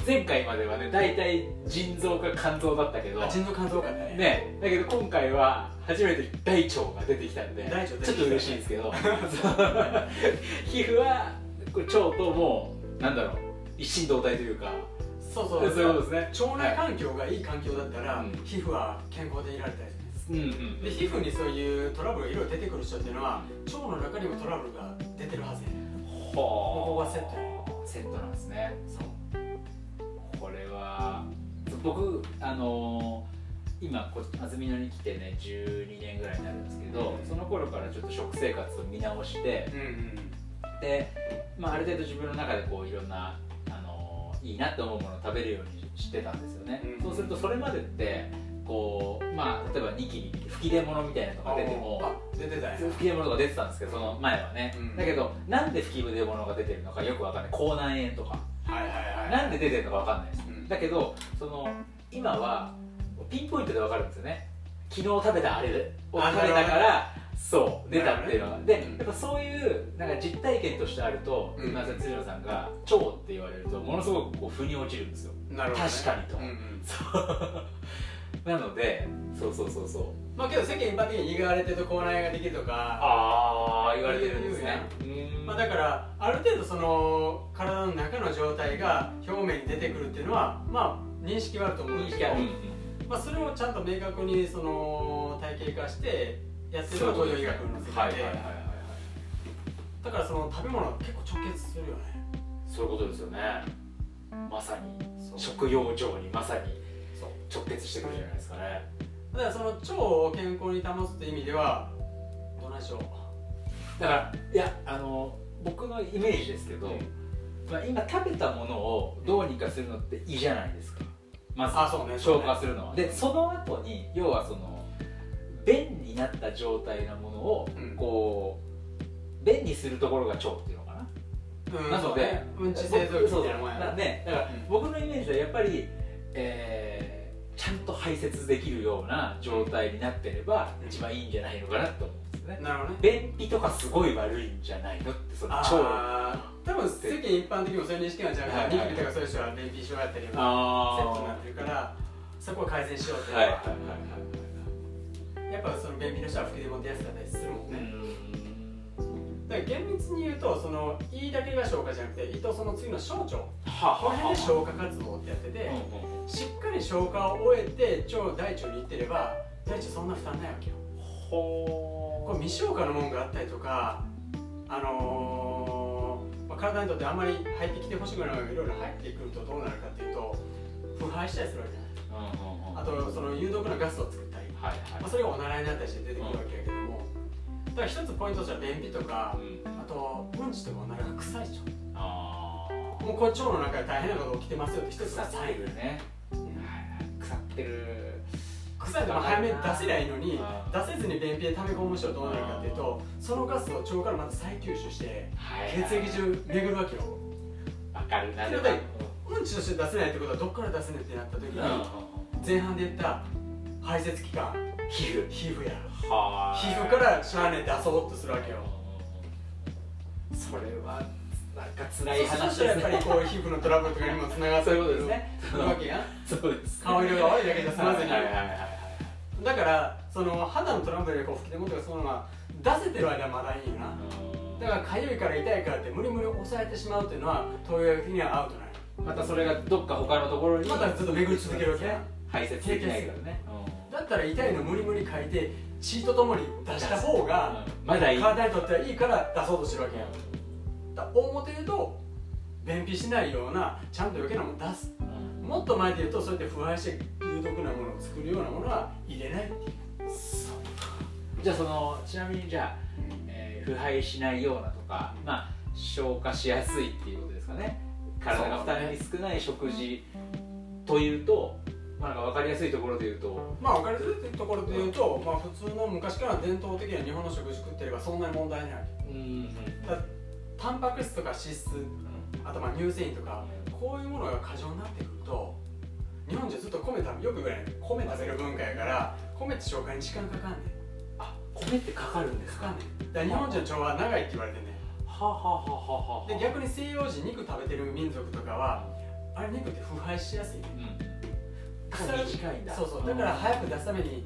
[SPEAKER 1] 前回まではね大体腎臓か肝臓だったけど
[SPEAKER 2] あ腎臓肝臓かね
[SPEAKER 1] ねだけど今回は初めて大腸が出てきたんで
[SPEAKER 2] 大腸出て
[SPEAKER 1] ち
[SPEAKER 2] きた
[SPEAKER 1] ょっと嬉しいんですけ ど皮膚はこれ腸ともうなんだろう一心同体というか
[SPEAKER 2] そう
[SPEAKER 1] そ
[SPEAKER 2] そうう
[SPEAKER 1] いうことですね
[SPEAKER 2] 腸内環境がいい環境だったら、
[SPEAKER 1] うん
[SPEAKER 2] 皮膚は健康でいられたりです
[SPEAKER 1] うんうん
[SPEAKER 2] で皮膚にそういうトラブルがいろいろ出てくる人っていうのは腸の中にもトラブルが出てるはずやね
[SPEAKER 1] ほう
[SPEAKER 2] ここがセット
[SPEAKER 1] セットなんですね
[SPEAKER 2] そう
[SPEAKER 1] これは僕あのー今こ安曇野に来てね12年ぐらいになるんですけどその頃からちょっと食生活を見直して
[SPEAKER 2] うんうん
[SPEAKER 1] で、まあ、ある程度自分の中でこういろんなあのいいなって思うものを食べるようにしてたんですよね、
[SPEAKER 2] うん
[SPEAKER 1] そうするとそれまでってこう、まあ、例えばニキビ吹き出物みたいなのが出ても
[SPEAKER 2] あ出てたんや
[SPEAKER 1] 吹き出物とか出てたんですけどその前はね、
[SPEAKER 2] うん
[SPEAKER 1] だけどなんで吹き出物が出てるのかよくわかんない口内炎とか
[SPEAKER 2] はいはいはい
[SPEAKER 1] なんで出てるのかわかんないです、
[SPEAKER 2] うん
[SPEAKER 1] だけどその今はピンポイントでわかるんですよね昨日食べたあれを
[SPEAKER 2] あ
[SPEAKER 1] 食べたからそう出たっていうのがで
[SPEAKER 2] うん
[SPEAKER 1] やっぱそういうなんか実体験としてあると
[SPEAKER 2] うん
[SPEAKER 1] 今さ辻野さんが「腸」って言われるとものすごくこう腑に落ちるんですよ
[SPEAKER 2] なるほど、ね、
[SPEAKER 1] 確かにと
[SPEAKER 2] うんうん
[SPEAKER 1] そう なのでそうそうそうそう
[SPEAKER 2] まあけど世間一般的に胃が荒れてると口内炎ができるとか
[SPEAKER 1] ああ言われてるんですねうん
[SPEAKER 2] まあ、だからある程度その体の中の状態が表面に出てくるっていうのはまあ認識はあると思うんですけど、
[SPEAKER 1] うんうん
[SPEAKER 2] まあ、それをちゃんと明確にその体系化してやってるのが東洋医学の世
[SPEAKER 1] は
[SPEAKER 2] 界
[SPEAKER 1] い
[SPEAKER 2] で、
[SPEAKER 1] はいはいはいはい
[SPEAKER 2] だからその食べ物は結構直結するよね
[SPEAKER 1] そういうことですよねまさに
[SPEAKER 2] そう
[SPEAKER 1] 食用腸にまさに
[SPEAKER 2] そう
[SPEAKER 1] 直結してくるじゃないですかね
[SPEAKER 2] だからその腸を健康に保つという意味ではどないしょう
[SPEAKER 1] だからいやあの僕のイメージですけど、まあ、今食べたものをどうにかするのっていいじゃないですかまず
[SPEAKER 2] あそうね
[SPEAKER 1] 消
[SPEAKER 2] そう
[SPEAKER 1] 化
[SPEAKER 2] ね
[SPEAKER 1] するのはでその後に要はその便になった状態のものを
[SPEAKER 2] うん
[SPEAKER 1] こう便にするところが腸っていうのかな
[SPEAKER 2] うん
[SPEAKER 1] なので
[SPEAKER 2] そうねうんち製造機みたいなもんや
[SPEAKER 1] そうそうなねだから
[SPEAKER 2] うん
[SPEAKER 1] 僕のイメージはやっぱり、えーちゃんと排泄できるような状態になってれば
[SPEAKER 2] うん
[SPEAKER 1] 一番いいんじゃないのかなと思うんですよね
[SPEAKER 2] なるほどね
[SPEAKER 1] 便秘とかすごい悪いんじゃないのってその腸あ
[SPEAKER 2] あー多分世間一般的にもそういう認識なんじゃないか
[SPEAKER 1] は
[SPEAKER 2] ないニキビとかそういう人は便秘症やったりセットにな
[SPEAKER 1] あ
[SPEAKER 2] ってるからそこを改善しようって、
[SPEAKER 1] ーはいはいはい
[SPEAKER 2] やっぱその便秘の人は吹き出物出やすかったりするもん
[SPEAKER 1] はいはい
[SPEAKER 2] ね、だから厳密に言うとその胃だけが消化じゃなくて胃とその次の小腸こ
[SPEAKER 1] は
[SPEAKER 2] の辺で消化活動ってやってて、しっかり消化を終えて腸大腸に行ってれば大腸そんな負担ないわけよこ
[SPEAKER 1] ほ
[SPEAKER 2] れ未消化のもんがあったりとかあのーまあ、体にとってあんまり入ってきてほしくないものがいろいろ入ってくるとどうなるかっていうと腐敗したりするわけじゃない
[SPEAKER 1] うんうんうん
[SPEAKER 2] あとその有毒なガスを作ったり、
[SPEAKER 1] はい
[SPEAKER 2] まあ、
[SPEAKER 1] は
[SPEAKER 2] それがおならになったりして出てくるわけやけどもだから一つポイントとしては便秘とか
[SPEAKER 1] いうん
[SPEAKER 2] あとうんちとかおならが臭いでしょ
[SPEAKER 1] あー
[SPEAKER 2] もうこれ腸の中で大変なこと起きてますよって一つ
[SPEAKER 1] 腐
[SPEAKER 2] の
[SPEAKER 1] って
[SPEAKER 2] サイン
[SPEAKER 1] るねはいはい腐ってる
[SPEAKER 2] 臭いとか早めに出せりゃいいのに
[SPEAKER 1] あー
[SPEAKER 2] 出せずに便秘で溜め込む人はどうなるかっていうとそのガスを腸からまた再吸収して
[SPEAKER 1] はいはい
[SPEAKER 2] 血液中巡るわけよ
[SPEAKER 1] わかるな
[SPEAKER 2] って
[SPEAKER 1] で
[SPEAKER 2] こ
[SPEAKER 1] も
[SPEAKER 2] とでうんちとして出せないってことはどっから出せねってなった時
[SPEAKER 1] うん
[SPEAKER 2] に前半で言った排泄器官
[SPEAKER 1] 皮膚
[SPEAKER 2] 皮膚や
[SPEAKER 1] は
[SPEAKER 2] 皮
[SPEAKER 1] ーい
[SPEAKER 2] 膚からしゃあね出そうとするわけよ
[SPEAKER 1] それはなんか
[SPEAKER 2] そ
[SPEAKER 1] 辛い話
[SPEAKER 2] したら
[SPEAKER 1] です
[SPEAKER 2] やっぱ
[SPEAKER 1] ね
[SPEAKER 2] りこういう皮膚のトラブルとかにもつながって
[SPEAKER 1] そう
[SPEAKER 2] く
[SPEAKER 1] いう
[SPEAKER 2] る
[SPEAKER 1] ことですね
[SPEAKER 2] わけやん
[SPEAKER 1] そうです
[SPEAKER 2] 顔色が悪いだけで済まずに
[SPEAKER 1] はいはいはいはい
[SPEAKER 2] だからその肌のトラブルでこう吹き出物とかそういうのは出せてる間はまだいいよなだからかゆいから痛いからって無理無理抑えてしまうっていうのは東洋医学的にはアウトなの
[SPEAKER 1] またそれがどっか他のところに
[SPEAKER 2] またずっと巡り続けるわけね
[SPEAKER 1] 排泄できないからね
[SPEAKER 2] だったら痛いの無理無理書いて血とともに出した方が
[SPEAKER 1] うんまだいい
[SPEAKER 2] 体にとってはいいから出そうとしてるわけやんだから大元言うと便秘しないようなちゃんと余計なもの出すもっと前で言うとそうやって腐敗して有毒なものを作るようなものは入れないっていう
[SPEAKER 1] じゃあそのちなみにじゃあ、えー腐敗しないようなとか、まあ、消化しやすいっていうことですかね体が負担に少ない食事というと、まあ、なんか分かりやすいところで言うと
[SPEAKER 2] まあ分かりづらいっていうところで言うと、まあ、普通の昔から伝統的な日本の食事食ってればそんなに問題ない
[SPEAKER 1] うん
[SPEAKER 2] ただタンパク質とか脂質あとまあ乳製品とかこういうものが過剰になってくると日本人ずっと米食べよく言われる米食べる文化やから米って消化に時間かかんねん
[SPEAKER 1] あ米ってかかるんです
[SPEAKER 2] かか
[SPEAKER 1] か
[SPEAKER 2] んねんだから日本人の腸は長いって言われてんねん
[SPEAKER 1] はあはあはあはあはあ
[SPEAKER 2] で逆に西洋人肉食べてる民族とかはあれ肉って腐敗しやすいねん腐る
[SPEAKER 1] 近いんだ
[SPEAKER 2] そうそうだから
[SPEAKER 1] は
[SPEAKER 2] 早く出すために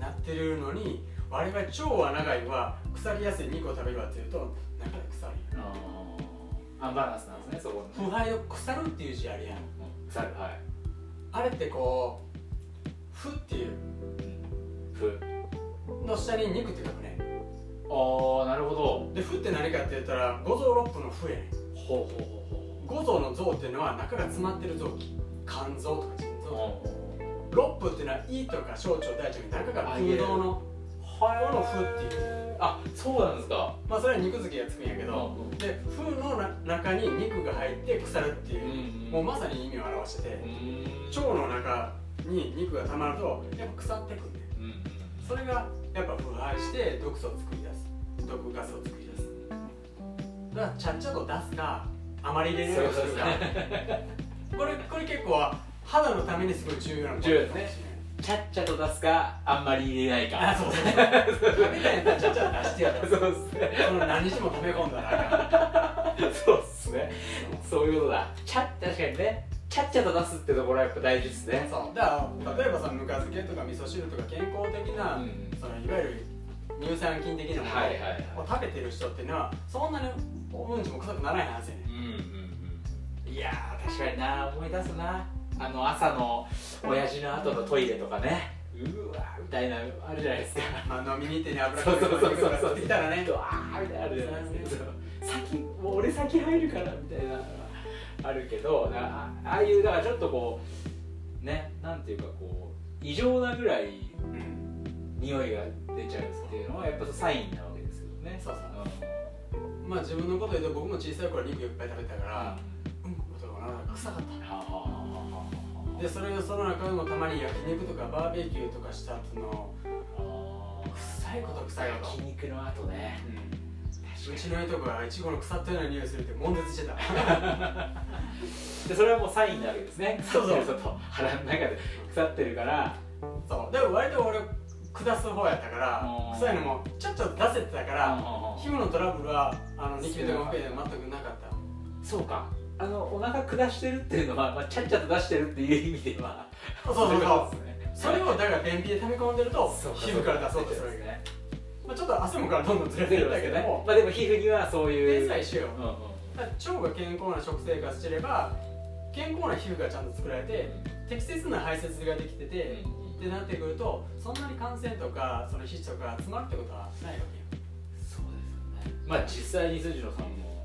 [SPEAKER 2] なってるのに我々腸は長いわ腐りやすい肉を食べるわっていうと中で腐るや
[SPEAKER 1] アンバランスなんですねそこ
[SPEAKER 2] ん腐敗を腐るっていう字あるやん
[SPEAKER 1] 腐るはい
[SPEAKER 2] あれってこう「ふ」っていう
[SPEAKER 1] ふ
[SPEAKER 2] の下に肉って書くね
[SPEAKER 1] ああなるほど
[SPEAKER 2] で「ふ」って何かって言ったら五臓六腑の「ふ」やね
[SPEAKER 1] ほうほうほう
[SPEAKER 2] 五臓の「臓」っていうのは中が詰まってる臓器肝臓とか腎臓とか
[SPEAKER 1] ほう
[SPEAKER 2] 六腑っていうのは胃とか小腸大腸に中が
[SPEAKER 1] あ
[SPEAKER 2] 空
[SPEAKER 1] 言える
[SPEAKER 2] 洞の
[SPEAKER 1] は
[SPEAKER 2] この「ふ」っていう
[SPEAKER 1] いあそうなんですか
[SPEAKER 2] まあそれは肉付けがつくんやけど、
[SPEAKER 1] うん
[SPEAKER 2] で「ふ」のな中に肉が入って腐るっていう、もうまさに意味を表してて、腸の中に肉がたまるとやっぱ腐ってくんね
[SPEAKER 1] うん
[SPEAKER 2] それがやっぱ腐敗して毒素を作り出す毒ガスを作り出すだからちゃっちゃと出すかあまり入れるようにするか
[SPEAKER 1] そう
[SPEAKER 2] これこれ結構は肌のためにすごい重要なことかもしれない
[SPEAKER 1] 重要ですちゃっちゃと出すかあんまり入れない
[SPEAKER 2] あ
[SPEAKER 1] か
[SPEAKER 2] そうそうそう食べたいやつはちゃっちゃと出してやる
[SPEAKER 1] そうっすね
[SPEAKER 2] その何しても食べ込んだらあかん
[SPEAKER 1] そうっすねそういうことだちゃ確かにねちゃっちゃと出すってところはやっぱ大事ですね
[SPEAKER 2] そうだから例えばさぬか漬けとか味噌汁とか健康的な、
[SPEAKER 1] うん
[SPEAKER 2] そのいわゆる乳酸菌的なも
[SPEAKER 1] はいはいはい
[SPEAKER 2] のを食べてる人っていうのはそんなにうんちも臭くならないはずやねん
[SPEAKER 1] うんうんうんいやー確かにな思い出すなあの朝の親父の後のトイレとかねうわーみたいなのあるじゃないですか
[SPEAKER 2] まあ、飲みに行ってね油
[SPEAKER 1] そうそうそうそう
[SPEAKER 2] かってきたらね
[SPEAKER 1] ドワーみたいなのあるじゃないですか先もう俺先入るからみたいなのがあるけどだからあああいうだからちょっとこうねなんていうかこう異常なぐらい
[SPEAKER 2] うん
[SPEAKER 1] 匂いが出ちゃうっていうのはやっぱサインなわけですよね
[SPEAKER 2] そうそうまあ自分のこと言うと僕も小さい頃肉いっぱい食べてたからうんことがなんか臭かっ
[SPEAKER 1] うんはあはあはあは
[SPEAKER 2] たでそれをその中でもたまに焼肉とかバーベキューとかした後の
[SPEAKER 1] ああー
[SPEAKER 2] 臭いこと臭いこと、
[SPEAKER 1] 焼肉の後ね
[SPEAKER 2] うん、うちのいとこがいちごの腐ったような匂いするって悶絶してた
[SPEAKER 1] でそれはもうサインなわけですね
[SPEAKER 2] そうそう
[SPEAKER 1] 腐ってると腹の中で腐ってるから
[SPEAKER 2] そうでも割と俺下す方やったから
[SPEAKER 1] うん
[SPEAKER 2] 臭いのもちょっと出せてたから皮膚のトラブルはあのニキビとかオペで全くなかった
[SPEAKER 1] そうかあのお腹下してるっていうのは、まあ、ちゃっちゃと出してるっていう意味では
[SPEAKER 2] そうそうそう
[SPEAKER 1] ういうことですね
[SPEAKER 2] それをだから便秘で溜め込んでると
[SPEAKER 1] そう
[SPEAKER 2] 皮膚から出そうとするわけ
[SPEAKER 1] ね
[SPEAKER 2] まあ、ちょっと汗もからどんどんずれ
[SPEAKER 1] 出て
[SPEAKER 2] てる
[SPEAKER 1] る
[SPEAKER 2] ん
[SPEAKER 1] わ
[SPEAKER 2] だ
[SPEAKER 1] け
[SPEAKER 2] け
[SPEAKER 1] ね
[SPEAKER 2] ども
[SPEAKER 1] まあでも皮膚にはそういう
[SPEAKER 2] 天才しよ
[SPEAKER 1] うんうんうん
[SPEAKER 2] うだから腸が健康な食生活してれば健康な皮膚がちゃんと作られて適切な排泄ができてて、ってなってくるとそんなに感染とかその皮脂とか詰まるってことはないわけよ
[SPEAKER 1] そうですよねまあ実際に辻野さんも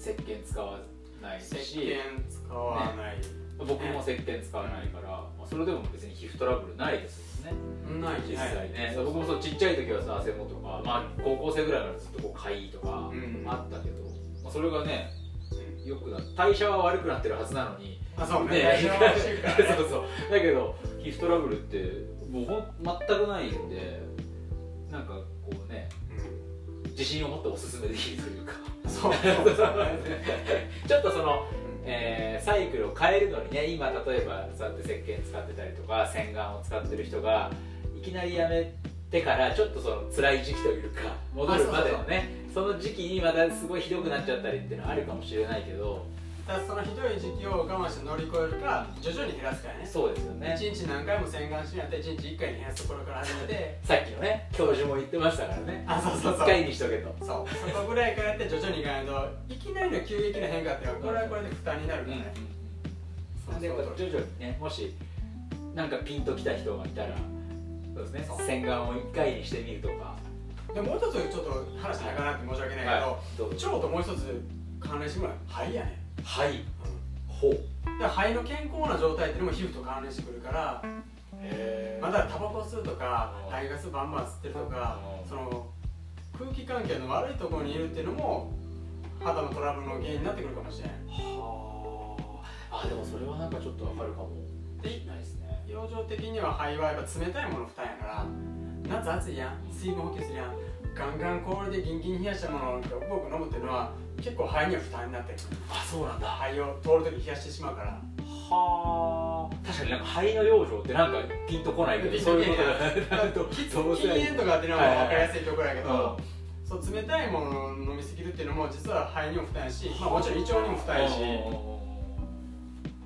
[SPEAKER 1] 石鹸使わないし
[SPEAKER 2] 石鹸使わない、
[SPEAKER 1] 僕も石鹸使わないから、まあ、それでも別に皮膚トラブルないですもんね
[SPEAKER 2] ない
[SPEAKER 1] 実
[SPEAKER 2] な
[SPEAKER 1] 際
[SPEAKER 2] い
[SPEAKER 1] ね、そう僕もそうちっちゃい時はさ汗もとか、まあ、高校生ぐらいからずっとこう痒いとか
[SPEAKER 2] うん
[SPEAKER 1] あったけど、まあ、それがねよくな代謝は悪くなってるはずなのに
[SPEAKER 2] あそうね
[SPEAKER 1] ね
[SPEAKER 2] 代謝は欲しいからね
[SPEAKER 1] そうそうだけど皮膚トラブルってもうほん全くないんでなんかこうね自信を持っておすすめできるというか
[SPEAKER 2] うんそう そうそうね
[SPEAKER 1] ちょっとその、えーサイクルを変えるのにね今例えばそうやって石鹸使ってたりとか洗顔を使ってる人がいきなりやめてからちょっとその辛い時期というか戻るまでのねその時期にまたすごいひどくなっちゃったりっていうのはあるかもしれないけど
[SPEAKER 2] ただそのひどい時期を我慢して乗り越えるか徐々に減らすからね
[SPEAKER 1] そうですよね
[SPEAKER 2] 一日何回も洗顔しなって一日一回に減らすところから始めて
[SPEAKER 1] さっきのね教授も言ってましたからね
[SPEAKER 2] あそうそうそう
[SPEAKER 1] 1回にしとけと
[SPEAKER 2] そう、そこぐらいからやって徐々にいかないといきなりの急激な変化っていうのはこれはこれで負担になるからね、そう
[SPEAKER 1] なんで
[SPEAKER 2] そ
[SPEAKER 1] やっ
[SPEAKER 2] う
[SPEAKER 1] ぱ徐々にねもしなんかピンときた人がいたらそうですね
[SPEAKER 2] そう
[SPEAKER 1] 洗顔を1回にしてみるとか
[SPEAKER 2] でもう一つちょっと話長くなって申し訳ないけど、
[SPEAKER 1] はいどうぞ
[SPEAKER 2] 腸ともう一つ関連してくるのは肺やね
[SPEAKER 1] はい
[SPEAKER 2] ん、
[SPEAKER 1] ほう
[SPEAKER 2] うん、だから肺の健康な状態っていうのも皮膚と関連してくるから
[SPEAKER 1] へえ
[SPEAKER 2] またタバコ吸うとか
[SPEAKER 1] うん
[SPEAKER 2] 排ガスバンバン吸ってるとか
[SPEAKER 1] うん
[SPEAKER 2] その空気環境の悪いところにいるっていうのも肌のトラブルの原因になってくるかもしれない
[SPEAKER 1] はああでもそれはなんかちょっとわかるかも
[SPEAKER 2] で
[SPEAKER 1] ないですね
[SPEAKER 2] 養生的には肺はやっぱ冷たいもの負担やから夏暑いやん水分補給するやんガンガン氷でギンギン冷やしたものをごく飲むっていうのは結構肺には負担になってくる
[SPEAKER 1] あそうなんだは
[SPEAKER 2] 肺を通るとき冷やしてしまうから
[SPEAKER 1] あ確かになんか肺の養生ってなんかピンとこないけどそういうことだね
[SPEAKER 2] 喫
[SPEAKER 1] どうせ
[SPEAKER 2] 煙とかっていうのは分かりやすいところやけ
[SPEAKER 1] う
[SPEAKER 2] ど、
[SPEAKER 1] んは
[SPEAKER 2] そう冷たいものを飲みすぎるっていうのも実は肺にも負担やし、まあ、もちろん胃腸にも負担やし、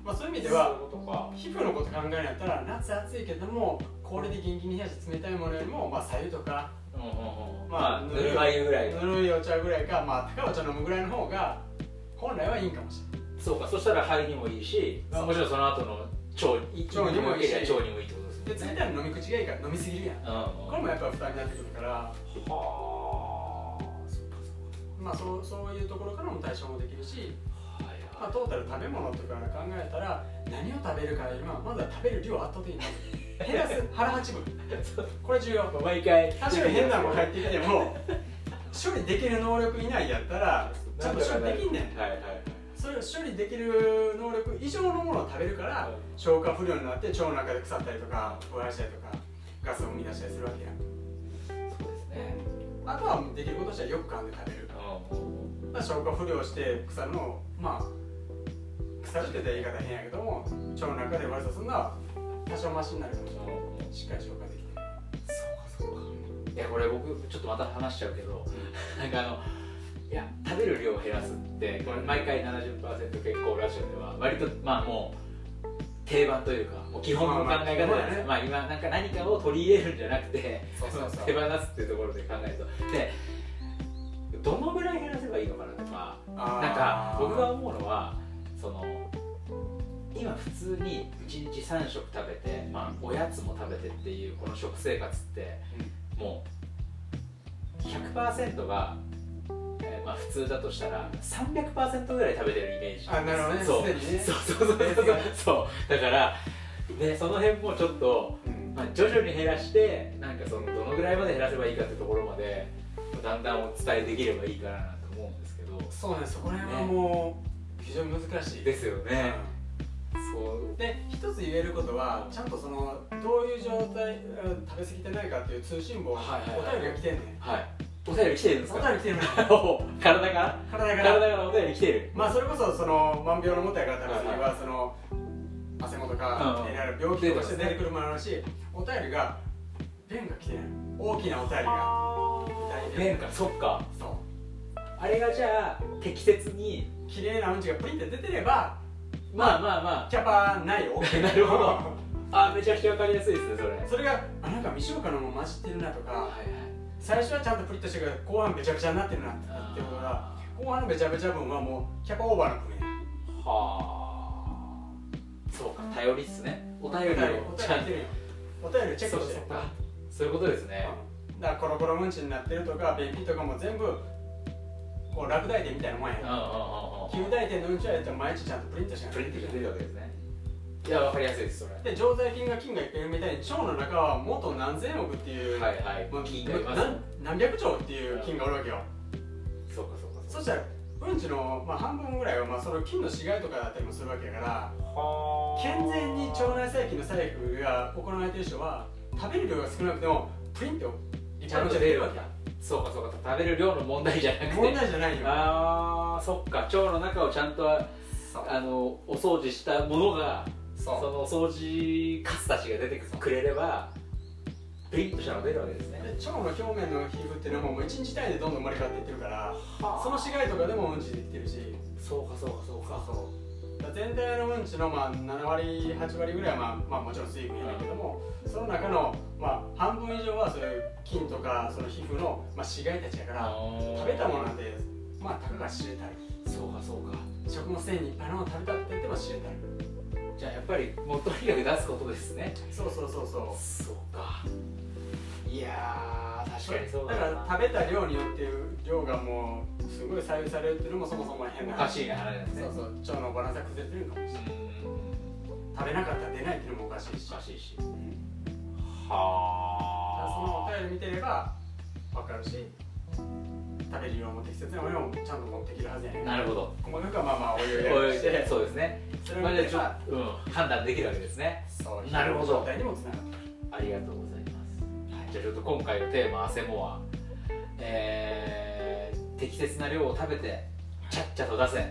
[SPEAKER 2] まあ、そういう意味で
[SPEAKER 1] そう
[SPEAKER 2] は
[SPEAKER 1] いうことか
[SPEAKER 2] 皮膚のこと考えるんやったら夏暑いけども氷でギンギンに冷やして冷たいものよりも、まあ、左右とか
[SPEAKER 1] うんうんうんま
[SPEAKER 2] ま
[SPEAKER 1] あ
[SPEAKER 2] あ
[SPEAKER 1] ぬるま湯ぐらい
[SPEAKER 2] ぬるいお茶ぐらいか、まあ、高いお茶飲むぐらいの方が本来はいいんかもしれ
[SPEAKER 1] そうかそしたら肺にもいいし
[SPEAKER 2] そう
[SPEAKER 1] もちろんその後の腸
[SPEAKER 2] 腸にもいいし
[SPEAKER 1] 良ければ腸にもいいってことです
[SPEAKER 2] ない
[SPEAKER 1] よ
[SPEAKER 2] で冷
[SPEAKER 1] ね
[SPEAKER 2] たいの飲み口がいいから飲みすぎるやん
[SPEAKER 1] うんうん
[SPEAKER 2] これもやっぱ負担になってくるから、
[SPEAKER 1] はあそうかそう
[SPEAKER 2] まあ、そうそういうところからも対処もできるし、
[SPEAKER 1] かはい
[SPEAKER 2] まあ、
[SPEAKER 1] は
[SPEAKER 2] トータル食べ物とかから考えたら何を食べるかよりもまずは食べる量を圧倒的に減らす 減らす腹八分
[SPEAKER 1] いそう
[SPEAKER 2] これ重要
[SPEAKER 1] 毎回
[SPEAKER 2] 多少変なもん入ってきても処理できる能力以内やったらちゃんと処理できんねん
[SPEAKER 1] はいはいはい
[SPEAKER 2] それを処理できる能力以上のものを食べるから消化不良になって腸の中で腐ったりとか腐敗したりとかガスを生み出したりするわけやん
[SPEAKER 1] そうですね
[SPEAKER 2] あとはもうできることとしてはよく噛んで食べる
[SPEAKER 1] う
[SPEAKER 2] まあ消化不良して腐るのをまあ腐るって言ったら言い方変やけども腸の中で悪さするのは多少マシになるかもしれなんいしっかり消化できてる
[SPEAKER 1] そうかそうかいやこれ僕ちょっとまた話しちゃうけどなんかあのいや食べる量を減らすってこれ毎回70%健康ラジオでは割とまあもう定番というかもう基本の考え方じゃないですか、まあ今なんか何かを取り入れるんじゃなくて
[SPEAKER 2] そうそうそ う
[SPEAKER 1] 手放すっていうところで考えるとでどのぐらい減らせばいいのかなとかなんか僕が思うのはその今普通に1日3食食べて、まあ、おやつも食べてっていうこの食生活ってもう100%が、えーまあ、普通だとしたら300%ぐらい食べてるイメージ
[SPEAKER 2] あなるほどね
[SPEAKER 1] そう
[SPEAKER 2] すでにね
[SPEAKER 1] そうそうそうそうそうそうだからでその辺もちょっと、
[SPEAKER 2] うん
[SPEAKER 1] まあ、徐々に減らしてなんかそのどのぐらいまで減らせばいいかってところまでだんだんお伝えできればいいかなと思うんですけど
[SPEAKER 2] そうねそこら辺はもう非常に難しい
[SPEAKER 1] ですよね、そう
[SPEAKER 2] で一つ言えることはちゃんとそのどういう状態うん食べ過ぎてないかっていう通信簿お
[SPEAKER 1] はいはいはい
[SPEAKER 2] 便りが来てんねん
[SPEAKER 1] はいお便り来てるんです
[SPEAKER 2] お
[SPEAKER 1] か
[SPEAKER 2] 便り来て るね
[SPEAKER 1] 体から
[SPEAKER 2] 体から
[SPEAKER 1] 体からお便り来てる
[SPEAKER 2] まあそれこそその万病のもとやから食べ過ぎ
[SPEAKER 1] はい
[SPEAKER 2] はその汗もと
[SPEAKER 1] う
[SPEAKER 2] か
[SPEAKER 1] ん
[SPEAKER 2] いろいろ病気とかして出てくるものあるしお便りが便が来てない大きなお便りが
[SPEAKER 1] 便かそっか
[SPEAKER 2] そ
[SPEAKER 1] あれがじゃあ適切に
[SPEAKER 2] う綺麗なうんちがプリンって出てれば
[SPEAKER 1] まあまあま
[SPEAKER 2] キャパない大き
[SPEAKER 1] なるほどああめちゃくちゃわかりやすいですねそれはい
[SPEAKER 2] それがあなんか未消化のも混じってるなとか
[SPEAKER 1] はい
[SPEAKER 2] 最初はちゃんとプリッとしてるけど後半べちゃべちゃになってるなって
[SPEAKER 1] あー
[SPEAKER 2] ことが後半のべちゃべちゃ分はもうキャパオーバーの分や
[SPEAKER 1] はあそうか頼りっすねお便りを
[SPEAKER 2] お便りお
[SPEAKER 1] ちゃ
[SPEAKER 2] 便
[SPEAKER 1] んと
[SPEAKER 2] り来てるよお便りチェッ
[SPEAKER 1] そう
[SPEAKER 2] クして
[SPEAKER 1] そうかそういうことですね
[SPEAKER 2] うんだからコロコロムンチになってるとか便秘とかも全部こう落第点みたいなもん
[SPEAKER 1] うんうん
[SPEAKER 2] や
[SPEAKER 1] うんう
[SPEAKER 2] 旧大点のうんちはやったら毎日ちゃんとプリントしなんい
[SPEAKER 1] プリントしてるわけですねいやわかりやすいですそれ
[SPEAKER 2] で常在菌が菌がいっぱいいるみたいに腸の中は元何千億っていう、
[SPEAKER 1] はいはい
[SPEAKER 2] もう
[SPEAKER 1] 金がいます
[SPEAKER 2] 何何百兆っていう菌がおるわけよ、
[SPEAKER 1] そうかそうか
[SPEAKER 2] そう
[SPEAKER 1] か
[SPEAKER 2] したらうんちの、まあ、半分ぐらいは、まあ、その菌の死骸とかだったりもするわけやから
[SPEAKER 1] は
[SPEAKER 2] 健全に腸内細菌の細工が行われてる人は食べる量が少なくてもプリント立
[SPEAKER 1] ちゃんと出
[SPEAKER 2] 派なう出
[SPEAKER 1] る
[SPEAKER 2] る
[SPEAKER 1] わ
[SPEAKER 2] わ
[SPEAKER 1] け
[SPEAKER 2] け
[SPEAKER 1] だ
[SPEAKER 2] や
[SPEAKER 1] そうかそうか食べる量の問題じゃなくて
[SPEAKER 2] 問題じゃないよ
[SPEAKER 1] あーそっか腸の中をちゃんとあ
[SPEAKER 2] そう
[SPEAKER 1] のお掃除したものが
[SPEAKER 2] そう
[SPEAKER 1] その掃除カスたちが出てくれればプリンとしたのが出るわけですね
[SPEAKER 2] で腸の表面の皮膚っていうのはもう一日単位でどんどん生まれ変わっていってるからそ
[SPEAKER 1] そ
[SPEAKER 2] の
[SPEAKER 1] の
[SPEAKER 2] 死骸とかでもうんちできてるし
[SPEAKER 1] そうかそうかそうか
[SPEAKER 2] だから全体のうんちのまあ7割8割ぐらいは、まあまあ、もちろん水分やねんけどもその中のまあ半分以上はそういう菌とかその皮膚のまあ死骸たちやから食べたものなんてまあたかが知れたり
[SPEAKER 1] そうかそうか
[SPEAKER 2] 食物繊維にいっぱいのもの食べたって言っても知れたり
[SPEAKER 1] じゃあやっぱりもうとにかく出すことですね
[SPEAKER 2] そうそうそうそう
[SPEAKER 1] そうかいやー確かにそう
[SPEAKER 2] だ
[SPEAKER 1] だ
[SPEAKER 2] から食べた量によって量がもうすごい左右されるっていうのもそもそも変な
[SPEAKER 1] おかしい話ですね
[SPEAKER 2] そうそう腸のバランスが崩れてるのかもしれない食べなかったら出ないっていうのもおかしいし
[SPEAKER 1] おかしいし
[SPEAKER 2] うんだからその
[SPEAKER 1] は
[SPEAKER 2] お便り見てれば分かるし食べる量も適切なものもちゃんと持ってきるはずやね
[SPEAKER 1] あ
[SPEAKER 2] ん
[SPEAKER 1] なるほど
[SPEAKER 2] 細かくはまあまあお湯を
[SPEAKER 1] こ
[SPEAKER 2] や
[SPEAKER 1] う
[SPEAKER 2] りして
[SPEAKER 1] いうそうですね
[SPEAKER 2] それを
[SPEAKER 1] まあ
[SPEAKER 2] 見
[SPEAKER 1] じゃ
[SPEAKER 2] て
[SPEAKER 1] あ
[SPEAKER 2] れ
[SPEAKER 1] ちょっと、
[SPEAKER 2] ば
[SPEAKER 1] うん、判断できるわけですね
[SPEAKER 2] そう
[SPEAKER 1] なるほど
[SPEAKER 2] 状態にもつながって
[SPEAKER 1] ありがとうございます、はい、じゃあちょっと今回のテーマ「汗もは」えー適切な量を食べてちゃっちゃと出せ
[SPEAKER 2] る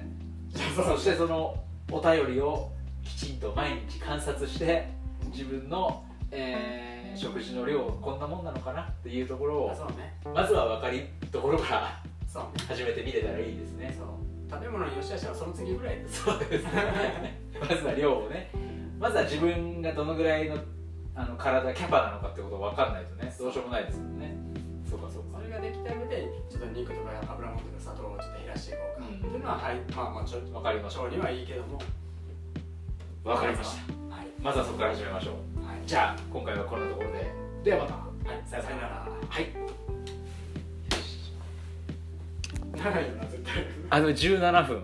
[SPEAKER 1] そしてそのお便りをきちんと毎日観察して自分の、えー食事の量こんなもんなのかなっていうところ
[SPEAKER 2] あ
[SPEAKER 1] を
[SPEAKER 2] そうね
[SPEAKER 1] まずは分かりところから
[SPEAKER 2] そうね
[SPEAKER 1] 始めてみれたらいいですね
[SPEAKER 2] そう食べ物によしあしはその次ぐらいです
[SPEAKER 1] そうですねまずは量をねまずは自分がどのぐらいのあの体キャパなのかってことを分かんないとねどうしようもないですもんねそうかそうか
[SPEAKER 2] それができた上でちょっと肉とか油もんとか砂糖をちょっと減らしていこうか
[SPEAKER 1] うん
[SPEAKER 2] っていうのははいまあまあちょっと
[SPEAKER 1] 分かりました
[SPEAKER 2] 腸にはいいけども
[SPEAKER 1] 分かりました
[SPEAKER 2] はい
[SPEAKER 1] まずはそこから始めましょう
[SPEAKER 2] はい
[SPEAKER 1] じゃあ今回はこんなところでではまた
[SPEAKER 2] はいさよなら
[SPEAKER 1] はい
[SPEAKER 2] 長いよな絶対
[SPEAKER 1] あの17分